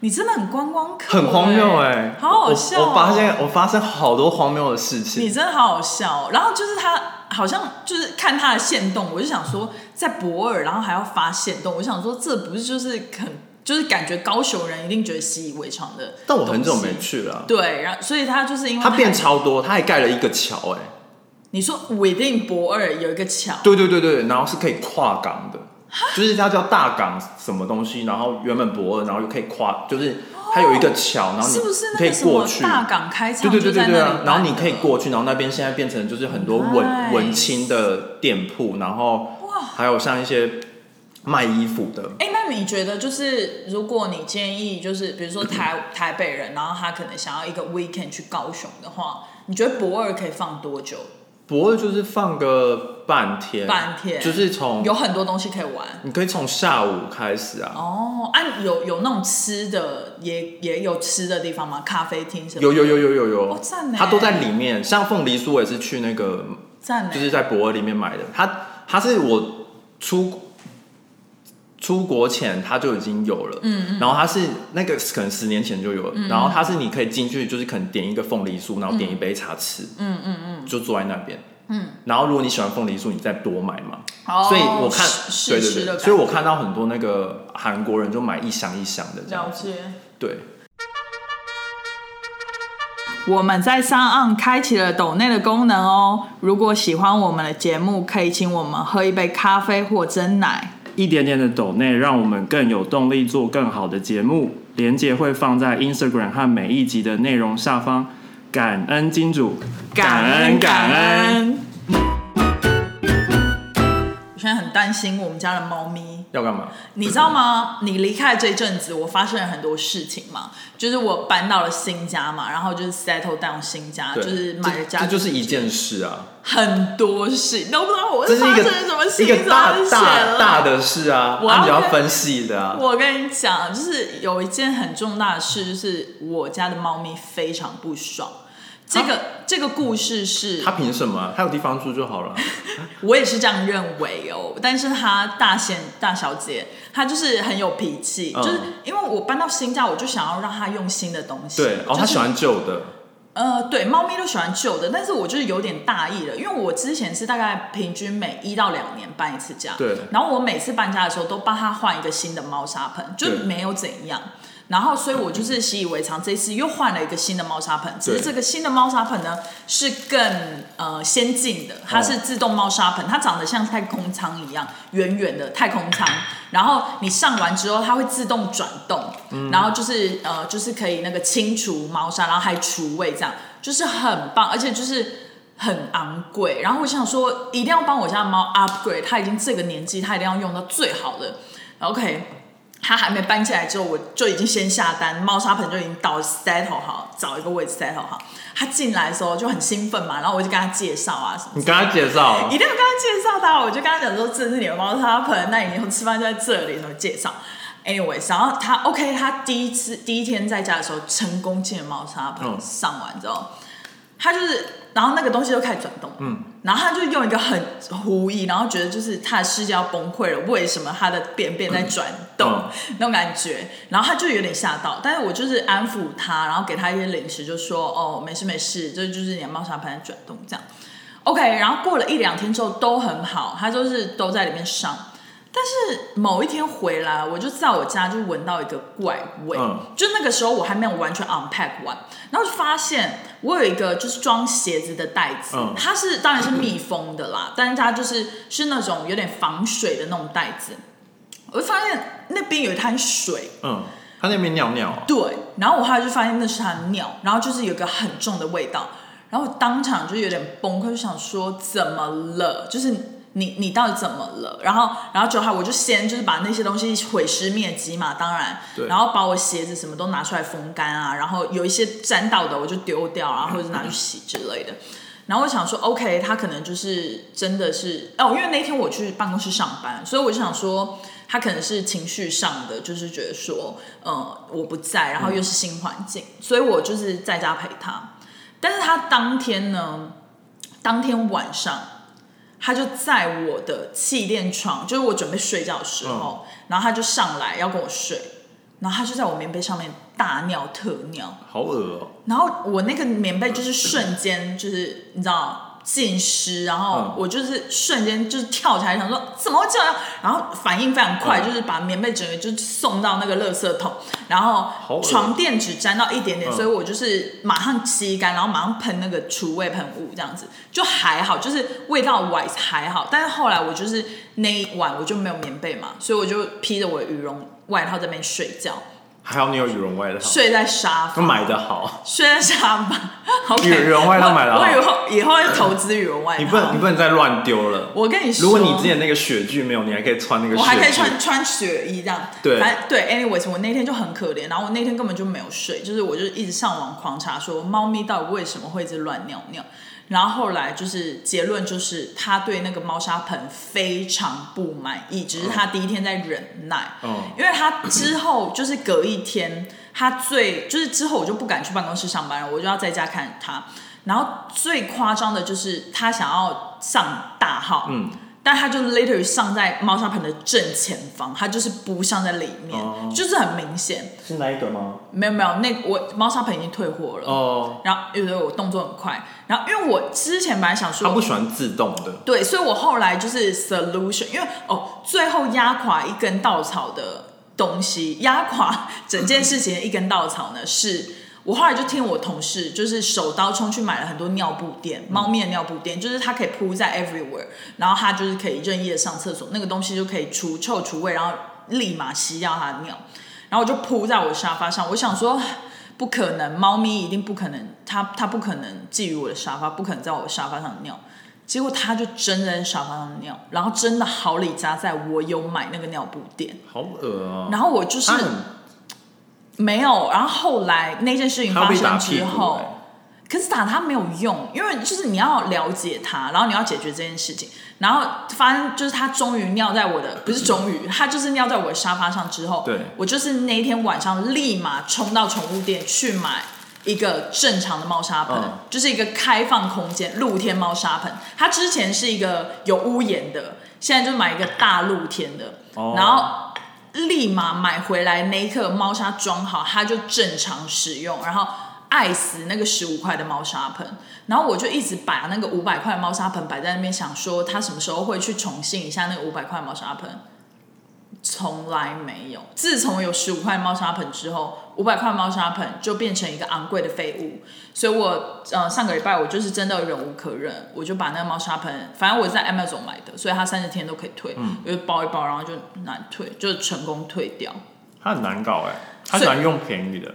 Speaker 1: 你真的很观光客、
Speaker 2: 很荒谬哎、
Speaker 1: 哎，好好笑、
Speaker 2: 我！我发，现我发生好多荒谬的事
Speaker 1: 你
Speaker 2: 情，
Speaker 1: 真的好好笑哦、然后就是他好像就是看他的线动，我就想说在博尔，然后还要发线动，我就想说这不是就是很就是感觉高雄人一定觉得习以为常的。
Speaker 2: 但我很久没。去了。啊
Speaker 1: 对，然后所以他就是因为
Speaker 2: 它变超多，它还盖了一个桥哎、
Speaker 1: 你说 within 博尔有一个桥，
Speaker 2: 对对对对，然后是可以跨港的，
Speaker 1: 啊
Speaker 2: 就是它叫大港什么东西，然后原本博尔，然后又可以跨，就是它有一个桥，然后你
Speaker 1: 是不是那
Speaker 2: 可以
Speaker 1: 个什
Speaker 2: 过
Speaker 1: 么
Speaker 2: 去。
Speaker 1: 大港开
Speaker 2: 对
Speaker 1: 唱
Speaker 2: 对
Speaker 1: 就
Speaker 2: 对对
Speaker 1: 在那里
Speaker 2: 对啊
Speaker 1: 办，的？
Speaker 2: 然后你可以过去，然后那边现在变成就是很多文
Speaker 1: Nice
Speaker 2: 文青的店铺，然后
Speaker 1: 哇
Speaker 2: 还有像一些卖衣服的，
Speaker 1: 哎、那你觉得就是，如果你建议就是，比如说 台台北人，然后他可能想要一个 weekend 去高雄的话，你觉得博二可以放多久？
Speaker 2: 博尔就是放个半天，
Speaker 1: 半天
Speaker 2: 就是从
Speaker 1: 有很多东西可以玩
Speaker 2: 你可以从下午开始啊，
Speaker 1: 哦。啊，有有那种吃的，也也有吃的地方吗？咖啡厅什么？
Speaker 2: 有有有有有有，
Speaker 1: 哦赞欸
Speaker 2: 它都在里面。像凤梨酥，我也是去那个，
Speaker 1: 赞
Speaker 2: 就
Speaker 1: 美
Speaker 2: 是在博尔里面买的。它它是我出出国前它就已经有了，嗯然后它是那个可能十年前就有了，
Speaker 1: 嗯
Speaker 2: 然后它是你可以进去，就是可能点一个凤梨酥，然后点一杯茶吃，嗯嗯嗯，就坐在那边。嗯，然后如果你喜欢凤梨酥，你再多买嘛。
Speaker 1: 哦
Speaker 2: 所以我看，
Speaker 1: 试
Speaker 2: 对
Speaker 1: 试吃
Speaker 2: 对
Speaker 1: 的
Speaker 2: 对，
Speaker 1: 感
Speaker 2: 所以我看到很多那个韩国人就买一箱一箱的这样
Speaker 1: 了
Speaker 2: 子。
Speaker 1: 解。
Speaker 2: 对，
Speaker 1: 我们在上岸开启了抖内的功能哦。如果喜欢我们的节目，可以请我们喝一杯咖啡或蒸奶。
Speaker 3: 一点点的抖内，让我们更有动力做更好的节目。连接会放在 Instagram 和每一集的内容下方。感恩金主，感恩。
Speaker 1: 恩。我现在很担心我们家的猫咪，
Speaker 2: 要干嘛？
Speaker 1: 你知道吗？你离开这一阵子，我发生了很多事情嘛，就是我搬到了新家嘛，然后就是 settle down 新家，就
Speaker 2: 对
Speaker 1: 是买了家，
Speaker 2: 这这就是一件事啊，
Speaker 1: 很多事，你都不知道我
Speaker 2: 这是一
Speaker 1: 发
Speaker 2: 个
Speaker 1: 生了什么事
Speaker 2: 一
Speaker 1: 情，
Speaker 2: 个大
Speaker 1: 真的是闲
Speaker 2: 大
Speaker 1: 了
Speaker 2: 大的事啊，
Speaker 1: 我
Speaker 2: 那、
Speaker 1: 要
Speaker 2: 你要
Speaker 1: 跟
Speaker 2: 分析的啊。
Speaker 1: 我跟你讲，就是有一件很重大的事，就是我家的猫咪非常不爽。这
Speaker 2: 啊
Speaker 1: 个这个故事是，
Speaker 2: 他凭什么啊、他有地方住就 好了。
Speaker 1: 我也是这样认为哦。但是她大仙大小姐，她就是很有脾气，
Speaker 2: 嗯
Speaker 1: 就是因为我搬到新家，我就想要让她用新的东西。
Speaker 2: 对，哦，
Speaker 1: 就
Speaker 2: 他
Speaker 1: 是
Speaker 2: 喜欢旧的，
Speaker 1: 呃，对，猫咪都喜欢旧的，但是我就是有点大意了，因为我之前是大概平均每一到两年搬一次家，
Speaker 2: 对
Speaker 1: 然后我每次搬家的时候都帮它换一个新的猫砂盆，就
Speaker 2: 对
Speaker 1: 没有怎样。然后，所以我就是习以为常，这次又换了一个新的猫砂盆，只是
Speaker 2: 对
Speaker 1: 这个新的猫砂盆呢是更呃先进的，它是自动猫砂盆，它长得像太空舱一样，圆圆的太空舱。然后你上完之后，它会自动转动，然后就是呃，就是可以那个清除猫砂，然后还除味，这样就是很棒，而且就是很昂贵。然后我想说，一定要帮我家的猫 upgrade，它已经这个年纪，它一定要用到最好的。OK，他还没搬进来之后，我就已经先下单，猫砂盆就已经到 settle 好，找一个位置 settle 好。他进来的时候就很兴奋嘛，然后我就跟他介绍啊什么。
Speaker 2: 你跟他介绍
Speaker 1: 一定要跟他介绍他，我就跟他讲说这是你的猫砂盆，那你以后吃饭就在这里，怎么介绍？anyways，然后他 OK，他第一次第一天在家的时候成功进了猫砂盆，
Speaker 2: 嗯
Speaker 1: 上完之后，他就是，然后那个东西就开始转动，嗯，然后他就用一个很狐疑，然后觉得就是他的世界要崩溃了，为什么他的便便在转动、
Speaker 2: 嗯
Speaker 1: 那种感觉？然后他就有点吓到，但是我就是安抚他，然后给他一些零食，就说哦没事没事，这就是你的猫砂盆在转动这样。OK，然后过了一两天之后都很好，他就是都在里面上。但是某一天回来，我就在我家就闻到一个怪味，
Speaker 2: 嗯
Speaker 1: 就那个时候我还没有完全 unpack 完，然后就发现我有一个就是装鞋子的袋子，
Speaker 2: 嗯
Speaker 1: 它是当然是密封的啦，但是它就是是那种有点防水的那种袋子，我就发现那边有一滩水，
Speaker 2: 嗯，他那边尿尿啊、
Speaker 1: 对，然后我后来就发现那是他的尿，然后就是有个很重的味道，然后我当场就有点崩溃，就想说怎么了？就是你你到底怎么了？然后然后就后来我就先就是把那些东西毁尸灭迹嘛，当然，
Speaker 2: 对
Speaker 1: 然后把我鞋子什么都拿出来风干啊，然后有一些沾到的我就丢掉啊，或者是拿去洗之类的。然后我想说，OK，他可能就是真的是哦，因为那天我去办公室上班，所以我就想说，他可能是情绪上的，就是觉得说，呃，我不在，然后又是新环境，所以我就是在家陪他。但是他当天呢，当天晚上，他就在我的气垫床，就是我准备睡觉的时候，然后他就上来要跟我睡，然后他就在我棉被上面大尿特尿。
Speaker 2: 好恶哦、
Speaker 1: 然后我那个棉被就是瞬间就是你知道浸湿，然后
Speaker 2: 嗯
Speaker 1: 我就是瞬间就是跳起来想说怎么会这样，然后反应非常快，
Speaker 2: 嗯
Speaker 1: 就是把棉被整个就送到那个垃圾桶，然后
Speaker 2: 恶
Speaker 1: 床垫只沾到一点点，
Speaker 2: 嗯
Speaker 1: 所以我就是马上吸干，然后马上喷那个除味喷雾，这样子就还好，就是味道 wise 还好，但是后来我就是那一晚我就没有棉被嘛，所以我就披着我的羽绒外套在那边睡觉，
Speaker 2: 还好你有羽绒外套，
Speaker 1: 睡在沙发。
Speaker 2: 买的好，
Speaker 1: 虽然沙吧，好可
Speaker 2: 羽羽绒外套买了
Speaker 1: 我
Speaker 2: 好
Speaker 1: 我以后以后会投资羽绒外套。
Speaker 2: 你不能你不能再乱丢了。
Speaker 1: 我跟你说，
Speaker 2: 如果你之前那个雪具没有，你还可以穿那个
Speaker 1: 我
Speaker 2: 雪具，
Speaker 1: 还可以穿穿雪衣这样。
Speaker 2: 对
Speaker 1: 反正对，anyways，我那天就很可怜，然后我那天根本就没有睡，就是我就一直上网狂查说猫咪到底为什么会一直乱尿尿。然后后来就是结论就是他对那个猫砂盆非常不满意，只是
Speaker 2: 哦
Speaker 1: 他第一天在忍耐，
Speaker 2: 嗯
Speaker 1: 因为他之后就是隔一天，他最就是之后我就不敢去办公室上班了，我就要在家看他。然后最夸张的就是他想要上大号，
Speaker 2: 嗯，
Speaker 1: 但他就 later 上在猫砂盆的正前方，他就是不上在里面，
Speaker 2: 哦
Speaker 1: 就是很明显。
Speaker 2: 是那一个吗？
Speaker 1: 没有没有，那我猫砂盆已经退货了。
Speaker 2: 哦，
Speaker 1: 然后因为我动作很快，然后因为我之前本来想说，
Speaker 2: 他不喜欢自动的，
Speaker 1: 对，所以我后来就是 solution，因为哦，最后压垮一根稻草的东西，压垮整件事情的一根稻草呢，是我后来就听我同事就是手刀冲去买了很多尿布垫，猫咪的尿布垫，就是它可以铺在 everywhere，然后它就是可以任意的上厕所，那个东西就可以除臭除味，然后立马吸掉它的尿，然后我就铺在我沙发上，我想说。不可能，猫咪一定不可能，它它不可能觊觎我的沙发，不可能在我的沙发上尿。结果他就真的在沙发上尿，然后真的好李家在我有买那个尿布垫，
Speaker 2: 好恶哦、
Speaker 1: 然后我就是
Speaker 2: 他很
Speaker 1: 没有，然后后来那件事情
Speaker 2: 他
Speaker 1: 发
Speaker 2: 会被打
Speaker 1: 生
Speaker 2: 屁
Speaker 1: 之
Speaker 2: 股、
Speaker 1: 后，
Speaker 2: 欸
Speaker 1: 可是打他没有用，因为就是你要了解他，然后你要解决这件事情。然后反正就是他终于尿在我的，不是终于，他就是尿在我的沙发上之后，
Speaker 2: 对
Speaker 1: 我就是那一天晚上立马冲到宠物店去买一个正常的猫砂盆，
Speaker 2: 嗯
Speaker 1: 就是一个开放空间露天猫砂盆。它之前是一个有屋檐的，现在就买一个大露天的，
Speaker 2: 哦
Speaker 1: 然后。立马买回来那一刻，猫砂装好，它就正常使用，然后爱死那个十五块的猫砂盆，然后我就一直把那个五百块的猫砂盆摆在那边，想说它什么时候会去重新一下那个五百块的猫砂盆，从来没有。自从有十五块猫砂盆之后，五百块猫砂盆就变成一个昂贵的废物，所以我呃上个礼拜我就是真的忍无可忍，我就把那个猫砂盆，反正我是在 Amazon 买的，所以它三十天都可以退，
Speaker 2: 嗯
Speaker 1: 我就包一包，然后就难退，就成功退掉。
Speaker 2: 他很难搞哎、他
Speaker 1: 所以
Speaker 2: 喜欢用便宜的，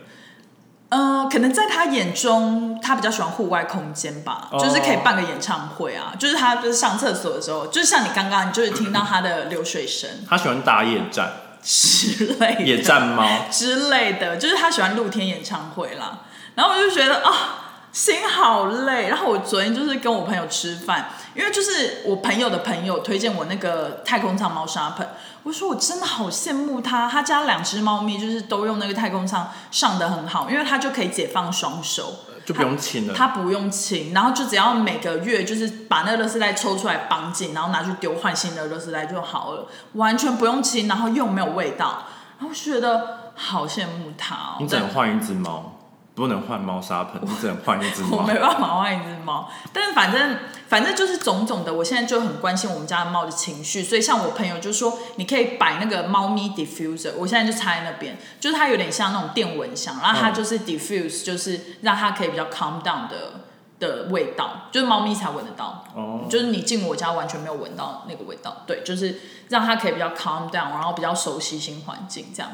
Speaker 1: 呃，可能在他眼中，他比较喜欢户外空间吧，
Speaker 2: 哦
Speaker 1: 就是可以办个演唱会啊，就是他就是上厕所的时候，就像你刚刚，你就是听到他的流水声
Speaker 2: 他喜欢打野战，
Speaker 1: 之类的，
Speaker 2: 野战猫。
Speaker 1: 之类的，就是他喜欢露天演唱会啦。然后我就觉得啊、心好累。然后我昨天就是跟我朋友吃饭，因为就是我朋友的朋友推荐我那个太空舱猫砂盆，我说我真的好羡慕他，他家两只猫咪就是都用那个太空舱上的很好，因为他就可以解放双手。
Speaker 2: 就不用清了。
Speaker 1: 他不用清，然后就只要每个月就是把那个垃圾袋抽出来绑紧，然后拿去丢换新的垃圾袋就好了，完全不用清，然后又没有味道，然后我觉得好羡慕他哦。
Speaker 2: 你只能换一只猫，不能换猫砂盆，你只能换一只
Speaker 1: 我
Speaker 2: 猫
Speaker 1: 没。办法换一只猫，但是反正反正就是种种的，我现在就很关心我们家的猫的情绪，所以像我朋友就说，你可以摆那个猫咪 diffuser，我现在就插在那边，就是它有点像那种电蚊香，然后它
Speaker 2: 嗯
Speaker 1: 就是 diffuse，就是让它可以比较 calm down 的的味道，就是猫咪才闻得到。
Speaker 2: 哦，
Speaker 1: 就是你进我家完全没有闻到那个味道，对，就是让他可以比较 calm down，然后比较熟悉新环境这样。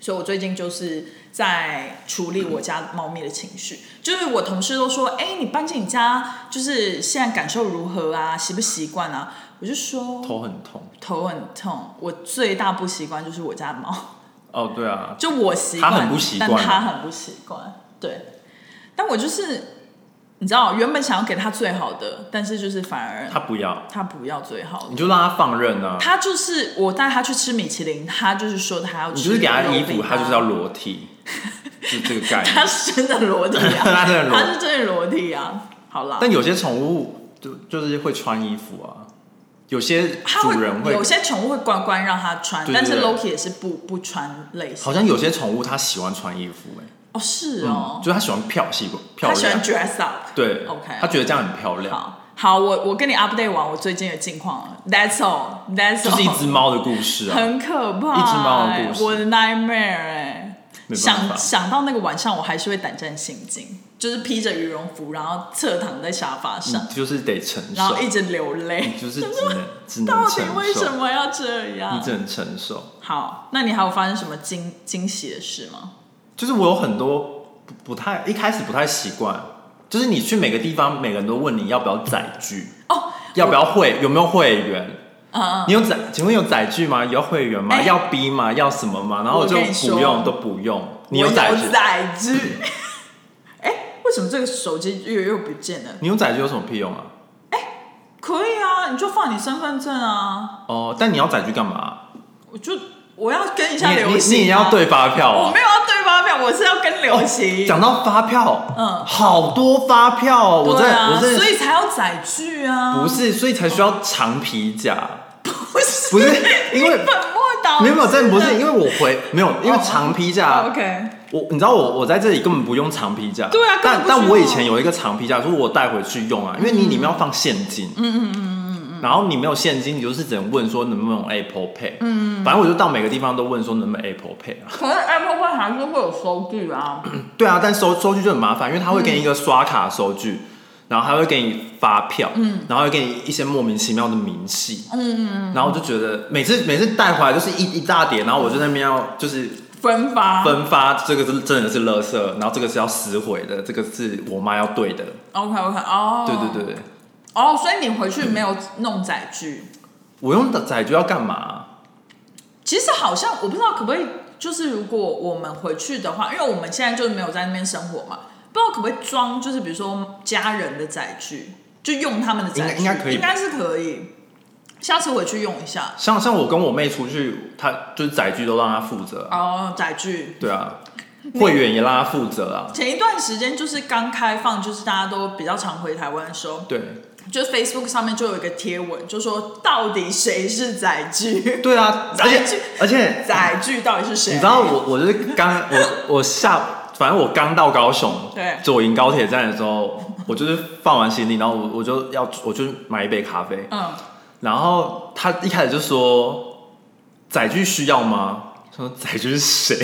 Speaker 1: 所以我最近就是在处理我家猫咪的情绪，就是我同事都说，哎、你搬进你家，就是现在感受如何啊？习不习惯啊？我就说
Speaker 2: 头很痛。
Speaker 1: 头很痛，我最大不习惯就是我家的猫。
Speaker 2: 哦，对啊，
Speaker 1: 就我习惯，
Speaker 2: 他很不习惯
Speaker 1: 但他很不习惯。对，但我就是你知道，原本想要给他最好的，但是就是反而
Speaker 2: 他不要，
Speaker 1: 他不要最好
Speaker 2: 你
Speaker 1: 的。
Speaker 2: 就让他放任啊，
Speaker 1: 他就是我带他去吃米其林，他就是说他要吃，
Speaker 2: 你就是给他衣服，他就是要，裸体，就这个概
Speaker 1: 他
Speaker 2: 念。
Speaker 1: 是真的裸体啊，
Speaker 2: 他真的裸
Speaker 1: 他是真的裸体啊。好啦，
Speaker 2: 但有些宠物就就是会穿衣服啊，有些
Speaker 1: 他
Speaker 2: 主人会
Speaker 1: 有，些宠物会乖乖让他穿，
Speaker 2: 对对
Speaker 1: 但是
Speaker 2: 对
Speaker 1: Loki 也是不不穿类型。
Speaker 2: 好像有些宠物它喜欢穿衣服哎、
Speaker 1: 哦，是
Speaker 2: 嗯
Speaker 1: 哦，，
Speaker 2: 就是它喜欢漂喜漂
Speaker 1: 他喜
Speaker 2: 亮
Speaker 1: 欢，dress up。
Speaker 2: 对
Speaker 1: OK
Speaker 2: 它觉得这样很漂亮，
Speaker 1: 好，好，我我跟你 update 完我最近的近况了。That's all. That's
Speaker 2: 就
Speaker 1: all.
Speaker 2: 是一只猫的故事啊。
Speaker 1: 很可怕、
Speaker 2: 一只猫的故事
Speaker 1: 我的 nightmare 哎、
Speaker 2: 没办
Speaker 1: 想
Speaker 2: 法
Speaker 1: 想到那个晚上，我还是会胆战心惊，就是披着羽绒服，然后侧躺在沙发
Speaker 2: 你
Speaker 1: 上，
Speaker 2: 嗯就是得承
Speaker 1: 然后
Speaker 2: 受，
Speaker 1: 一直流泪
Speaker 2: 你。就是只能只能
Speaker 1: 到底
Speaker 2: 承受，
Speaker 1: 为什么要这样
Speaker 2: 你？只能承受。
Speaker 1: 好，那你还有发生什么惊惊喜的事吗？
Speaker 2: 就是我有很多不不太一开始不太习惯，就是你去每个地方，每个人都问你要不要载具，
Speaker 1: 哦，
Speaker 2: 要不要会有没有会员。
Speaker 1: 嗯嗯，
Speaker 2: 你有载？请问有载具吗？有会员吗？
Speaker 1: 哎
Speaker 2: 要 B 吗？要什么吗？然后
Speaker 1: 我
Speaker 2: 就
Speaker 1: 跟你说
Speaker 2: 不用，都不用。你有
Speaker 1: 我
Speaker 2: 载
Speaker 1: 有
Speaker 2: 具？
Speaker 1: 载具。 哎、为什么这个手机又又不见了？
Speaker 2: 你有载具有什么屁用啊？
Speaker 1: 可以啊，你就放你身份证啊，
Speaker 2: 哦，但你要载具干嘛？
Speaker 1: 我就我要跟一
Speaker 2: 你
Speaker 1: 下
Speaker 2: 也你
Speaker 1: 流行、啊
Speaker 2: 你也要对，发票
Speaker 1: 我
Speaker 2: 啊
Speaker 1: 没？有要对发票，我是要跟流行。
Speaker 2: 哦讲到发票，
Speaker 1: 嗯
Speaker 2: 好多发票哦，我
Speaker 1: 对
Speaker 2: 在
Speaker 1: 啊，
Speaker 2: 我在
Speaker 1: 所以才要载具啊，
Speaker 2: 不是，所以才需要长皮夹，
Speaker 1: 不是
Speaker 2: 不是因 为
Speaker 1: 本末倒置
Speaker 2: 没
Speaker 1: 的
Speaker 2: 有，真的不是因为我回没有，因为长皮
Speaker 1: 哦
Speaker 2: 架，
Speaker 1: OK，
Speaker 2: 我你知道我我在这里根本不用长皮架，
Speaker 1: 对啊根本
Speaker 2: 但
Speaker 1: 不需要
Speaker 2: 但我以前有一个长皮架，就是我带回去用啊，因为你里面要放现金，嗯嗯嗯嗯嗯，然后你没有现金，你就是只能问说能不能用 Apple Pay，嗯，反正我就到每个地方都问说能不能 Apple Pay 啊，
Speaker 1: 可是 Apple Pay 还是会有收据啊，
Speaker 2: 对啊，但收收据就很麻烦，因为他会给你一个刷卡收据。然后他会给你发票，嗯，然后会给你一些莫名其妙的明细，嗯嗯，然后我就觉得每次每次带回来就是一一大叠，然后我就在那边要就是
Speaker 1: 分发
Speaker 2: 分发这个是真的是垃圾，然后这个是要撕毁的，这个是我妈要对的，
Speaker 1: OK OK 哦，
Speaker 2: 对对对对。
Speaker 1: 哦，所以你回去没有弄载具，
Speaker 2: 我用的载具要干嘛？
Speaker 1: 其实好像我不知道可不可以，就是如果我们回去的话，因为我们现在就是没有在那边生活嘛，不知道可不可以装，就是比如说家人的载具，就用他们的载具，
Speaker 2: 应该应该可以
Speaker 1: 应该是可以，下次回去用一下
Speaker 2: 像像我跟我妹出去，她就是载具都让她负责啊，
Speaker 1: 哦，载具。
Speaker 2: 对啊，会员也让她负责啊，
Speaker 1: 前一段时间就是刚开放，就是大家都比较常回台湾的时候，
Speaker 2: 对
Speaker 1: 就是 Facebook 上面就有一个贴文，就说到底谁是载具，
Speaker 2: 对啊，而
Speaker 1: 载具
Speaker 2: 且而且
Speaker 1: 载具到底是谁？
Speaker 2: 你知道我我就是刚我我下反正我刚到高雄，
Speaker 1: 对
Speaker 2: 左营高铁站的时候，我就是放完行李，然后我我就要我就买一杯咖啡，
Speaker 1: 嗯，
Speaker 2: 然后他一开始就说：“载具需要吗？”他说：“载具是谁？”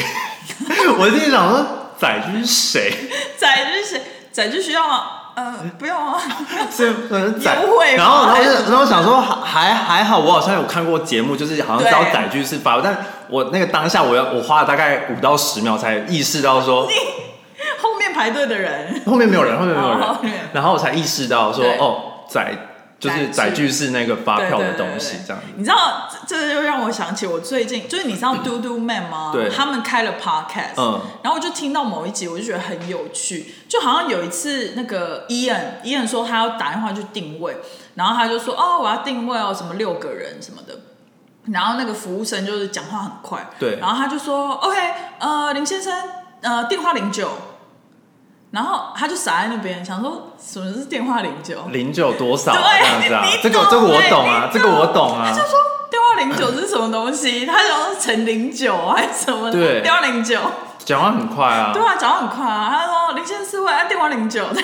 Speaker 2: 我就想说：“载具是谁
Speaker 1: 载具谁？载具需要吗？呃，不用啊。？”
Speaker 2: 这可能载
Speaker 1: 优惠吗
Speaker 2: 然后然后就然后我想说还还好，我好像有看过节目，就是好像知道
Speaker 1: 对
Speaker 2: 载具是发，但我那个当下我要我花了大概五到十秒才意识到说
Speaker 1: 后面排队的人，
Speaker 2: 后面没有人，后面没有
Speaker 1: 哦后
Speaker 2: 人
Speaker 1: 面，
Speaker 2: 然后我才意识到说
Speaker 1: 对
Speaker 2: 哦载就是
Speaker 1: 载
Speaker 2: 载
Speaker 1: 具
Speaker 2: 具是那个发
Speaker 1: 对
Speaker 2: 票
Speaker 1: 对
Speaker 2: 的
Speaker 1: 对
Speaker 2: 东
Speaker 1: 对
Speaker 2: 西这样子。
Speaker 1: 你知道，这这就让我想起我最近，就是你知道嘟嘟妹吗？
Speaker 2: 对
Speaker 1: 他们开了 podcast，
Speaker 2: 嗯
Speaker 1: 然后我就听到某一集，我就觉得很有趣，就好像有一次那个伊恩，伊恩说他要打电话去定位，然后他就说哦，我要定位哦，什么六个人什么的。然后那个服务生就是讲话很快，
Speaker 2: 对
Speaker 1: 然后他就说 OK，呃，林先生，呃，电话零九，然后他就傻在那边想说什么是电话零九，
Speaker 2: 零九多少啊
Speaker 1: 对
Speaker 2: 这样子啊
Speaker 1: 你？
Speaker 2: 这个
Speaker 1: 懂
Speaker 2: 这个我
Speaker 1: 欸
Speaker 2: 懂啊，
Speaker 1: 你
Speaker 2: 这个我懂啊
Speaker 1: 他。就说电话零九是什么东西？他想说乘零九还是什么的？
Speaker 2: 对啊
Speaker 1: 电话零九，
Speaker 2: 讲话很快啊
Speaker 1: 对，啊，讲话很快啊。他说林先生会按电话啊零九 的，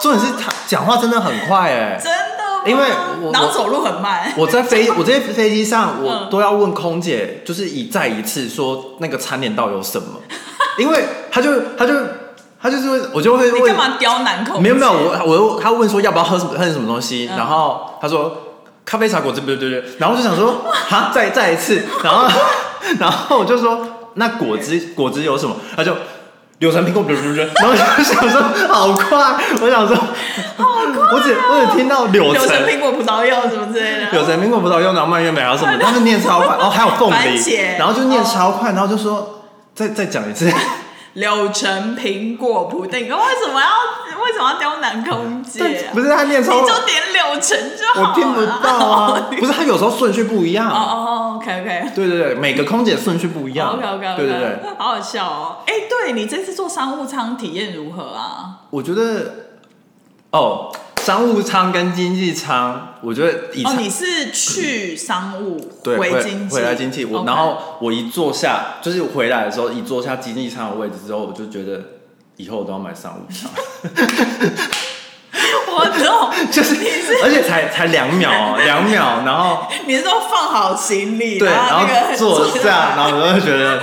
Speaker 2: 重点是他讲话真的很快哎、
Speaker 1: 真的吗？
Speaker 2: 因为我
Speaker 1: 然后走路很慢，
Speaker 2: 我在飞，我在飞机上，我
Speaker 1: 嗯
Speaker 2: 都要问空姐，就是一再一次说那个餐点到底有什么，因为他就他就他就是会我就会
Speaker 1: 你
Speaker 2: 问
Speaker 1: 干，嘛刁难口？
Speaker 2: 没有没有，我我他问说要不要喝什么喝什么东西，
Speaker 1: 哦嗯
Speaker 2: 然后他说咖啡茶果汁不对不对不对，然后我就想说哈再再一次，然后 然后我就说那果汁果汁有什么？他就柳橙苹果不对不对不对，然后我就想说好快，我想说我只我只听到柳
Speaker 1: 哦柳
Speaker 2: 橙
Speaker 1: 橙苹果葡萄柚什么之类的。
Speaker 2: 柳橙苹果葡萄柚，然后蔓越莓还啊有什么，但是念超快，哦还有凤
Speaker 1: 番
Speaker 2: 梨，
Speaker 1: 茄
Speaker 2: 然后就念超快，然后就说再再讲一次。
Speaker 1: 柳橙苹果普丁，为什么要为什么要刁难空姐、啊？
Speaker 2: 不是他念
Speaker 1: 你
Speaker 2: 超，
Speaker 1: 就点柳橙就好了。
Speaker 2: 我听不到 啊。不是他有时候顺序不一样。
Speaker 1: 哦哦，OK OK。
Speaker 2: 对对对，每个空姐顺序不一样。
Speaker 1: OK OK OK，
Speaker 2: 对对对，
Speaker 1: 好好笑哦！哎、对你这次坐商务舱体验如何啊？
Speaker 2: 我觉得哦，商务舱跟经济舱，我觉得以
Speaker 1: 哦，
Speaker 2: 舱
Speaker 1: 你是去商务
Speaker 2: 对回
Speaker 1: 经济，
Speaker 2: 回来经济，我
Speaker 1: OK
Speaker 2: 然后我一坐下，就是回来的时候一坐下经济舱的位置之后，我就觉得以后我都要买商务 舱，
Speaker 1: 我懂，
Speaker 2: 就是而且才才两秒哦，两秒，然后
Speaker 1: 你是说放好行李，
Speaker 2: 对，然
Speaker 1: 后
Speaker 2: 后
Speaker 1: 啊那个
Speaker 2: 坐下，然
Speaker 1: 后
Speaker 2: 后我就觉得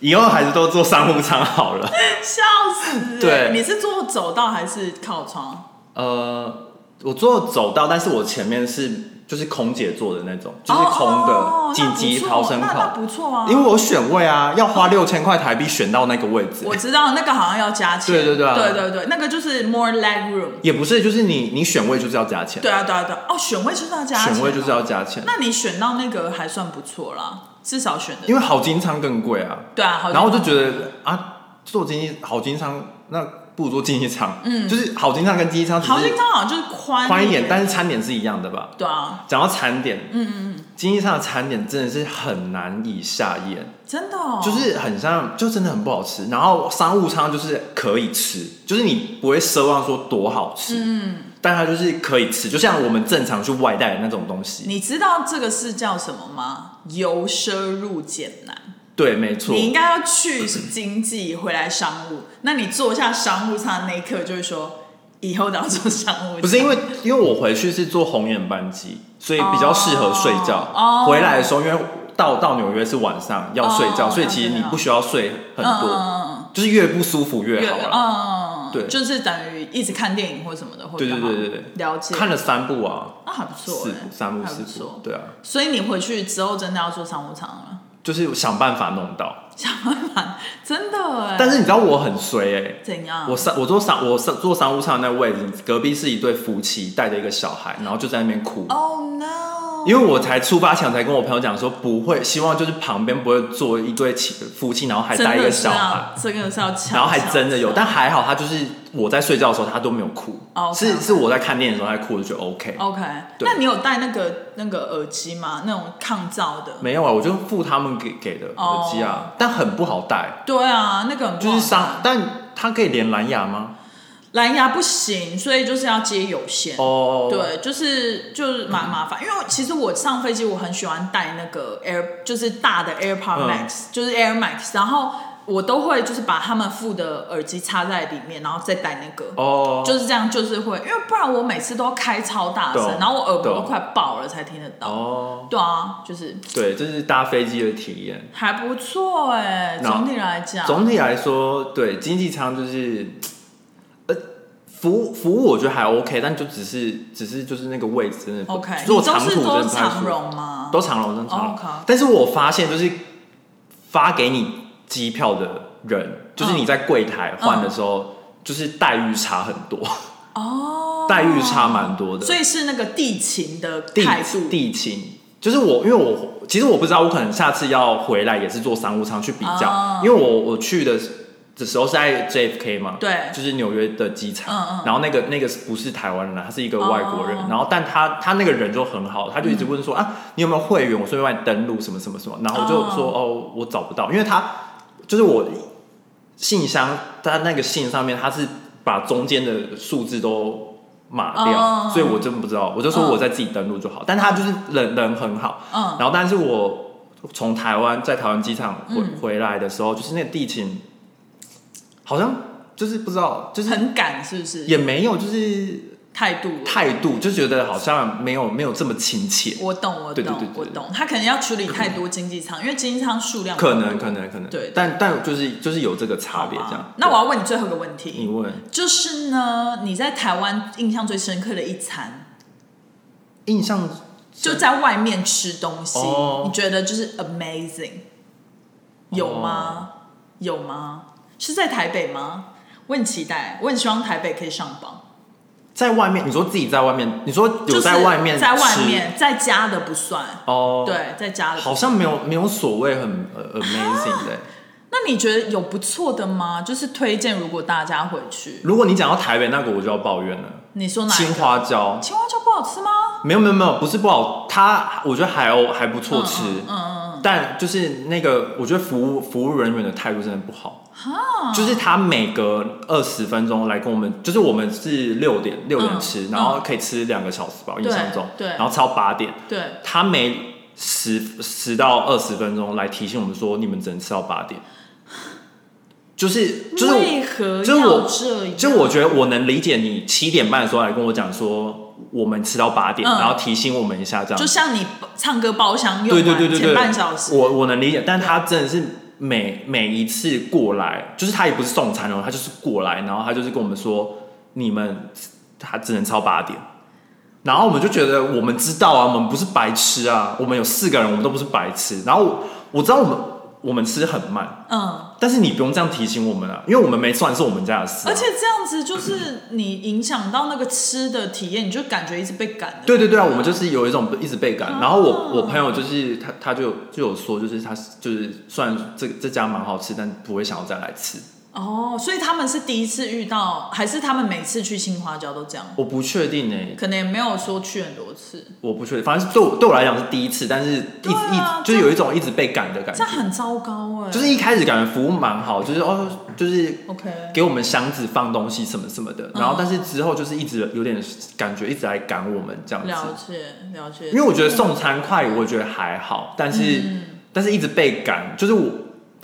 Speaker 2: 以后还是都坐商务舱好了。
Speaker 1: 笑死。
Speaker 2: 对
Speaker 1: 你是坐走道还是靠窗？
Speaker 2: 呃，我坐走道，但是我前面是就是空姐坐的那种，就是空
Speaker 1: 哦哦哦
Speaker 2: 的
Speaker 1: 那
Speaker 2: 紧急
Speaker 1: 不错
Speaker 2: 逃生
Speaker 1: 那那
Speaker 2: 口，
Speaker 1: 不错啊。
Speaker 2: 因为我选位啊，要花六千块台币选到那个位置
Speaker 1: 我。知道那个好像要加钱，
Speaker 2: 对对对啊
Speaker 1: 对对对，那个就是 more leg room。
Speaker 2: 也不是，就是你你选位就是要加钱，
Speaker 1: 对啊对啊对啊，哦，选位就是要加钱，哦
Speaker 2: 选位就是。要加钱，
Speaker 1: 那你选到那个还算不错啦，至少选的
Speaker 2: 因为好金舱更贵啊。
Speaker 1: 对啊，好
Speaker 2: 然后就觉得啊，坐经济好经济舱，那不如坐经济舱。嗯，就是好经济舱跟经济舱只
Speaker 1: 豪金
Speaker 2: 是
Speaker 1: 舱好像就是宽
Speaker 2: 宽一点，但
Speaker 1: 是
Speaker 2: 是餐点是一样的吧？
Speaker 1: 对啊，
Speaker 2: 讲到餐点，嗯嗯嗯，经济舱的餐点真的是很难以下咽，
Speaker 1: 真的、哦、
Speaker 2: 就是很像，就真的很不好吃。然后商务舱就是可以吃，就是你不会奢望说多好吃，嗯，但它就是可以吃，就像我们正常去外带的那种东西。
Speaker 1: 你知道这个是叫什么吗？由奢入俭难。
Speaker 2: 对，没错
Speaker 1: 你。应该要去经济，回来商务。那你坐下商务舱的那一刻，就会说以后都要做商务舱。
Speaker 2: 不是因为，因为我回去是坐红眼班机，所以比较适合睡觉。
Speaker 1: 哦哦
Speaker 2: 回来的时候，因为到到纽约是晚上要睡觉，
Speaker 1: 哦
Speaker 2: 所以其实你不需要睡很
Speaker 1: 嗯
Speaker 2: 多，
Speaker 1: 嗯
Speaker 2: 就是越不舒服越好
Speaker 1: 嗯
Speaker 2: 了。
Speaker 1: 嗯，
Speaker 2: 对
Speaker 1: 就是等于一直看电影或什么的，会
Speaker 2: 对
Speaker 1: 比
Speaker 2: 对
Speaker 1: 较好
Speaker 2: 对对对
Speaker 1: 了解。
Speaker 2: 看了三部啊，
Speaker 1: 那还不错
Speaker 2: 四
Speaker 1: 欸
Speaker 2: 部、三部、
Speaker 1: 还
Speaker 2: 四
Speaker 1: 不
Speaker 2: 部
Speaker 1: 错，。
Speaker 2: 对啊，
Speaker 1: 所以你回去之后真的要做商务舱了，
Speaker 2: 就是想办法弄到。
Speaker 1: 真的哎。
Speaker 2: 但是你知道我很衰哎、
Speaker 1: 怎样？
Speaker 2: 我上我坐商我上坐商务舱的那位置，隔壁是一对夫妻带着一个小孩，然后就在那边哭。
Speaker 1: Oh no！
Speaker 2: 因为我才出发前才跟我朋友讲说不会，希望就是旁边不会坐一对情夫妻，然后还
Speaker 1: 真
Speaker 2: 带一个
Speaker 1: 的是
Speaker 2: 小孩，
Speaker 1: 要，真的是要抢，
Speaker 2: 然后还真的有，
Speaker 1: 抢
Speaker 2: 但还好他就是我在睡觉的时候他都没有哭，
Speaker 1: 哦，OK，哦
Speaker 2: 是
Speaker 1: OK
Speaker 2: 是我在看电影的时候他哭，我就觉得 OK。
Speaker 1: OK，
Speaker 2: 对
Speaker 1: 那你有戴那个那个耳机吗？那种抗噪的？
Speaker 2: 没有啊，我就付他们给给的
Speaker 1: 哦
Speaker 2: 耳机啊但很不好戴，
Speaker 1: 对啊，那个很不
Speaker 2: 就
Speaker 1: 好
Speaker 2: 是
Speaker 1: 戴
Speaker 2: 商，但它可以连蓝牙吗？
Speaker 1: 蓝牙不行，所以就是要接有线。
Speaker 2: 哦，，
Speaker 1: 对，就是就是蛮麻烦，因为其实我上飞机我很喜欢带那个 Air，就是大的 AirPod
Speaker 2: 嗯
Speaker 1: Max，、就是 Air Max，然后我都会就是把他们附的耳机插在里面，然后再戴那个。
Speaker 2: 哦，
Speaker 1: 就是这样，就是会，因为不然我每次都开超大声，
Speaker 2: 懂
Speaker 1: 然后我耳朵都
Speaker 2: 懂
Speaker 1: 快爆了才听得到。
Speaker 2: 哦，
Speaker 1: 对啊，就是
Speaker 2: 对，这是搭飞机的体验。
Speaker 1: 还不错哎、
Speaker 2: 那
Speaker 1: 总体来讲，
Speaker 2: 总体来说，对经济舱就是，呃，服务服务我觉得还 OK，但就只是只是就是那个位置真的不
Speaker 1: OK，你
Speaker 2: 坐
Speaker 1: 都
Speaker 2: 长
Speaker 1: 是
Speaker 2: 途真的
Speaker 1: 都
Speaker 2: 不太舒
Speaker 1: 长
Speaker 2: 服，
Speaker 1: 绒吗？
Speaker 2: 都长龙，都长龙
Speaker 1: OK。
Speaker 2: 但是我发现就是发给你机票的人，就是
Speaker 1: 嗯
Speaker 2: 你在柜台换的时候，就是待遇差很多，
Speaker 1: 哦，
Speaker 2: 待遇差蛮多的。
Speaker 1: 所以是那个地勤的
Speaker 2: 地
Speaker 1: 态度。
Speaker 2: 地勤，就是我，因为我其实我不知道，我可能下次要回来也是坐商务舱去比较，
Speaker 1: 哦
Speaker 2: 因为我我去的的时候是在 JFK 嘛，
Speaker 1: 对
Speaker 2: 就是纽约的机场，
Speaker 1: 嗯嗯
Speaker 2: 然后那个那个不是台湾人啊，他是一个外国人，
Speaker 1: 哦嗯
Speaker 2: 然后但他他那个人就很好，他就一直问说、啊，你有没有会员？我顺便帮你登录什么什么什么，然后我就说哦，我找不到，因为他就是我信箱，他那个信上面他是把中间的数字都。码掉
Speaker 1: 哦
Speaker 2: 所以我真不知道，我就说我在自己登录就好。但他就是人人很好，
Speaker 1: 嗯，
Speaker 2: 然后但是我从台湾在台湾机场回、
Speaker 1: 嗯
Speaker 2: 回来的时候，就是那个地勤好像就是不知道，就是
Speaker 1: 很赶是不是？
Speaker 2: 也没有就是
Speaker 1: 态度，
Speaker 2: 态度，就觉得好像没有没有这么亲切，
Speaker 1: 我懂，我懂，
Speaker 2: 对对对对
Speaker 1: 我
Speaker 2: 对
Speaker 1: 懂。他可能要处理太多经济舱，因为经济舱数量
Speaker 2: 可能可能可能，
Speaker 1: 对
Speaker 2: 但但就是就是有这个差别这
Speaker 1: 好。
Speaker 2: 样
Speaker 1: 那我要问你最后一个问
Speaker 2: 对你嗯
Speaker 1: 题，
Speaker 2: 问
Speaker 1: 就是呢，你在台湾印象最深刻的一餐，
Speaker 2: 印象
Speaker 1: 就在外面吃东西，
Speaker 2: 哦
Speaker 1: 你觉得就是 amazing，有
Speaker 2: 哦
Speaker 1: 吗？有吗？是在台北吗？我很期待，我很希望台北可以上榜。
Speaker 2: 在外面，你说自己在外面，你说有在外
Speaker 1: 就是
Speaker 2: 面
Speaker 1: 在外
Speaker 2: 吃
Speaker 1: 面，在家的不算。
Speaker 2: 哦，，
Speaker 1: 对，在家的不算
Speaker 2: 好像没有没有所谓很呃 amazing 的、
Speaker 1: 那你觉得有不错的吗？就是推荐，如果大家回去，
Speaker 2: 如果你讲到台北那个，我就要抱怨了。
Speaker 1: 你说哪一个？
Speaker 2: 青花椒
Speaker 1: 青花椒不好吃吗？
Speaker 2: 没有没有没有，不是不好，它我觉得还哦还不错吃，
Speaker 1: 嗯嗯
Speaker 2: 但就是那个我觉得服务服务人员的态度真的不好，就是他每隔二十分钟来跟我们，就是我们是六点六点吃，
Speaker 1: 嗯
Speaker 2: 然后可以吃两个小时吧，我印象中，
Speaker 1: 对
Speaker 2: 然后吃到八点，
Speaker 1: 嗯，对。
Speaker 2: 他每十十到二十分钟来提醒我们说你们只能吃到八点，就是就是我
Speaker 1: 为何
Speaker 2: 就是
Speaker 1: 要
Speaker 2: 我
Speaker 1: 这样？
Speaker 2: 就我觉得我能理解你七点半的时候来跟我讲说我们吃到八点，
Speaker 1: 嗯
Speaker 2: 然后提醒我们一下这样
Speaker 1: 就。像你唱歌包厢用
Speaker 2: 对
Speaker 1: 完
Speaker 2: 对对对
Speaker 1: 前
Speaker 2: 对，
Speaker 1: 半小时，
Speaker 2: 我我能理解，但他真的是每每一次过来，就是他也不是送餐哦，他就是过来，然后他就是跟我们说你们他只能超八点。然后我们就觉得我们知道啊，我们不是白痴啊，我们有四个人，我们都不是白痴。然后我我知道我们我们吃很慢，
Speaker 1: 嗯，
Speaker 2: 但是你不用这样提醒我们啊，因为我们没算是我们家的事啊、
Speaker 1: 而且这样子就是你影响到那个吃的体验，你就感觉一直被赶的。
Speaker 2: 对对对啊，我们就是有一种一直倍感。
Speaker 1: 啊
Speaker 2: 然后我我朋友就是他他就就有说，就是他就是虽然这这家蛮好吃，但不会想要再来吃。
Speaker 1: 哦，所以他们是第一次遇到，还是他们每次去青花椒都这样？
Speaker 2: 我不确定哎、
Speaker 1: 可能也没有说去很多次，
Speaker 2: 我不确定，反正对我对我来讲是第一次，但是一
Speaker 1: 对
Speaker 2: 直、一
Speaker 1: 啊
Speaker 2: 直就是有一种一直被赶的感
Speaker 1: 这样
Speaker 2: 觉。
Speaker 1: 很糟糕哎、
Speaker 2: 就是一开始感觉服务蛮好，就是哦，
Speaker 1: 嗯
Speaker 2: 就是
Speaker 1: OK，
Speaker 2: 给我们箱子放东西什么什么的。然后
Speaker 1: 嗯
Speaker 2: 但是之后就是一直有点感觉一直在赶我们这样
Speaker 1: 了
Speaker 2: 子。
Speaker 1: 解了解。哦
Speaker 2: 因为我觉得送餐快，我觉得还好，但是、
Speaker 1: 嗯
Speaker 2: 但是一直被赶，就是我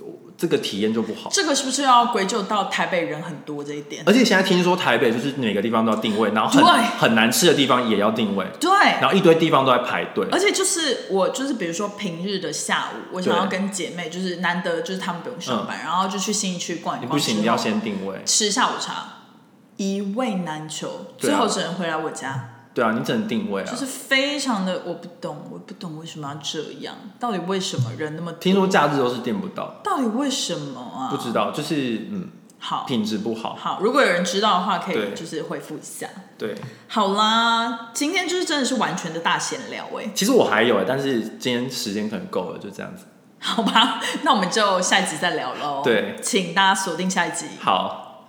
Speaker 2: 我这个体验就不好。
Speaker 1: 这个是不是要归咎到台北人很多这一点？
Speaker 2: 而且现在听说台北就是每个地方都要定位，然后很
Speaker 1: 对
Speaker 2: 很难吃的地方也要定位，
Speaker 1: 对，
Speaker 2: 然后一堆地方都在排队。
Speaker 1: 而且就是我就是比如说平日的下午，我想要
Speaker 2: 对嗯
Speaker 1: 跟姐妹就是难得就是她们不用上班，然后就去新义区逛一
Speaker 2: 你
Speaker 1: 逛，
Speaker 2: 不行，你要先定位。
Speaker 1: 吃下午茶，一味难求，
Speaker 2: 对
Speaker 1: 最
Speaker 2: 啊
Speaker 1: 后只能回来我家，
Speaker 2: 对啊，你只能定位啊
Speaker 1: 就。是非常的我不懂，我不懂为什么要这样，到底为什么人那么多
Speaker 2: 听说假日都是订不到，
Speaker 1: 到底为什么啊？
Speaker 2: 不知道，就是嗯，
Speaker 1: 好
Speaker 2: 品质不好。
Speaker 1: 好，如果有人知道的话，可以
Speaker 2: 对
Speaker 1: 就是回复一下。
Speaker 2: 对，
Speaker 1: 好啦，今天就是真的是完全的大闲聊哎、
Speaker 2: 其实我还有欸，但是今天时间可能够了，就这样子。
Speaker 1: 好吧，那我们就下一集再聊喽。
Speaker 2: 对
Speaker 1: 请大家锁定下一集。
Speaker 2: 好，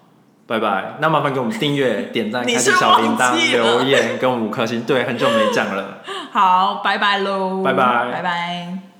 Speaker 2: 拜拜。那麻烦给我们订阅、点赞、
Speaker 1: 你
Speaker 2: 开
Speaker 1: 是
Speaker 2: 启小铃
Speaker 1: 忘
Speaker 2: 铛、
Speaker 1: 记了
Speaker 2: 留言，跟我们五颗星。对，很久没讲了。
Speaker 1: 好，拜拜喽，
Speaker 2: 拜拜
Speaker 1: 拜拜。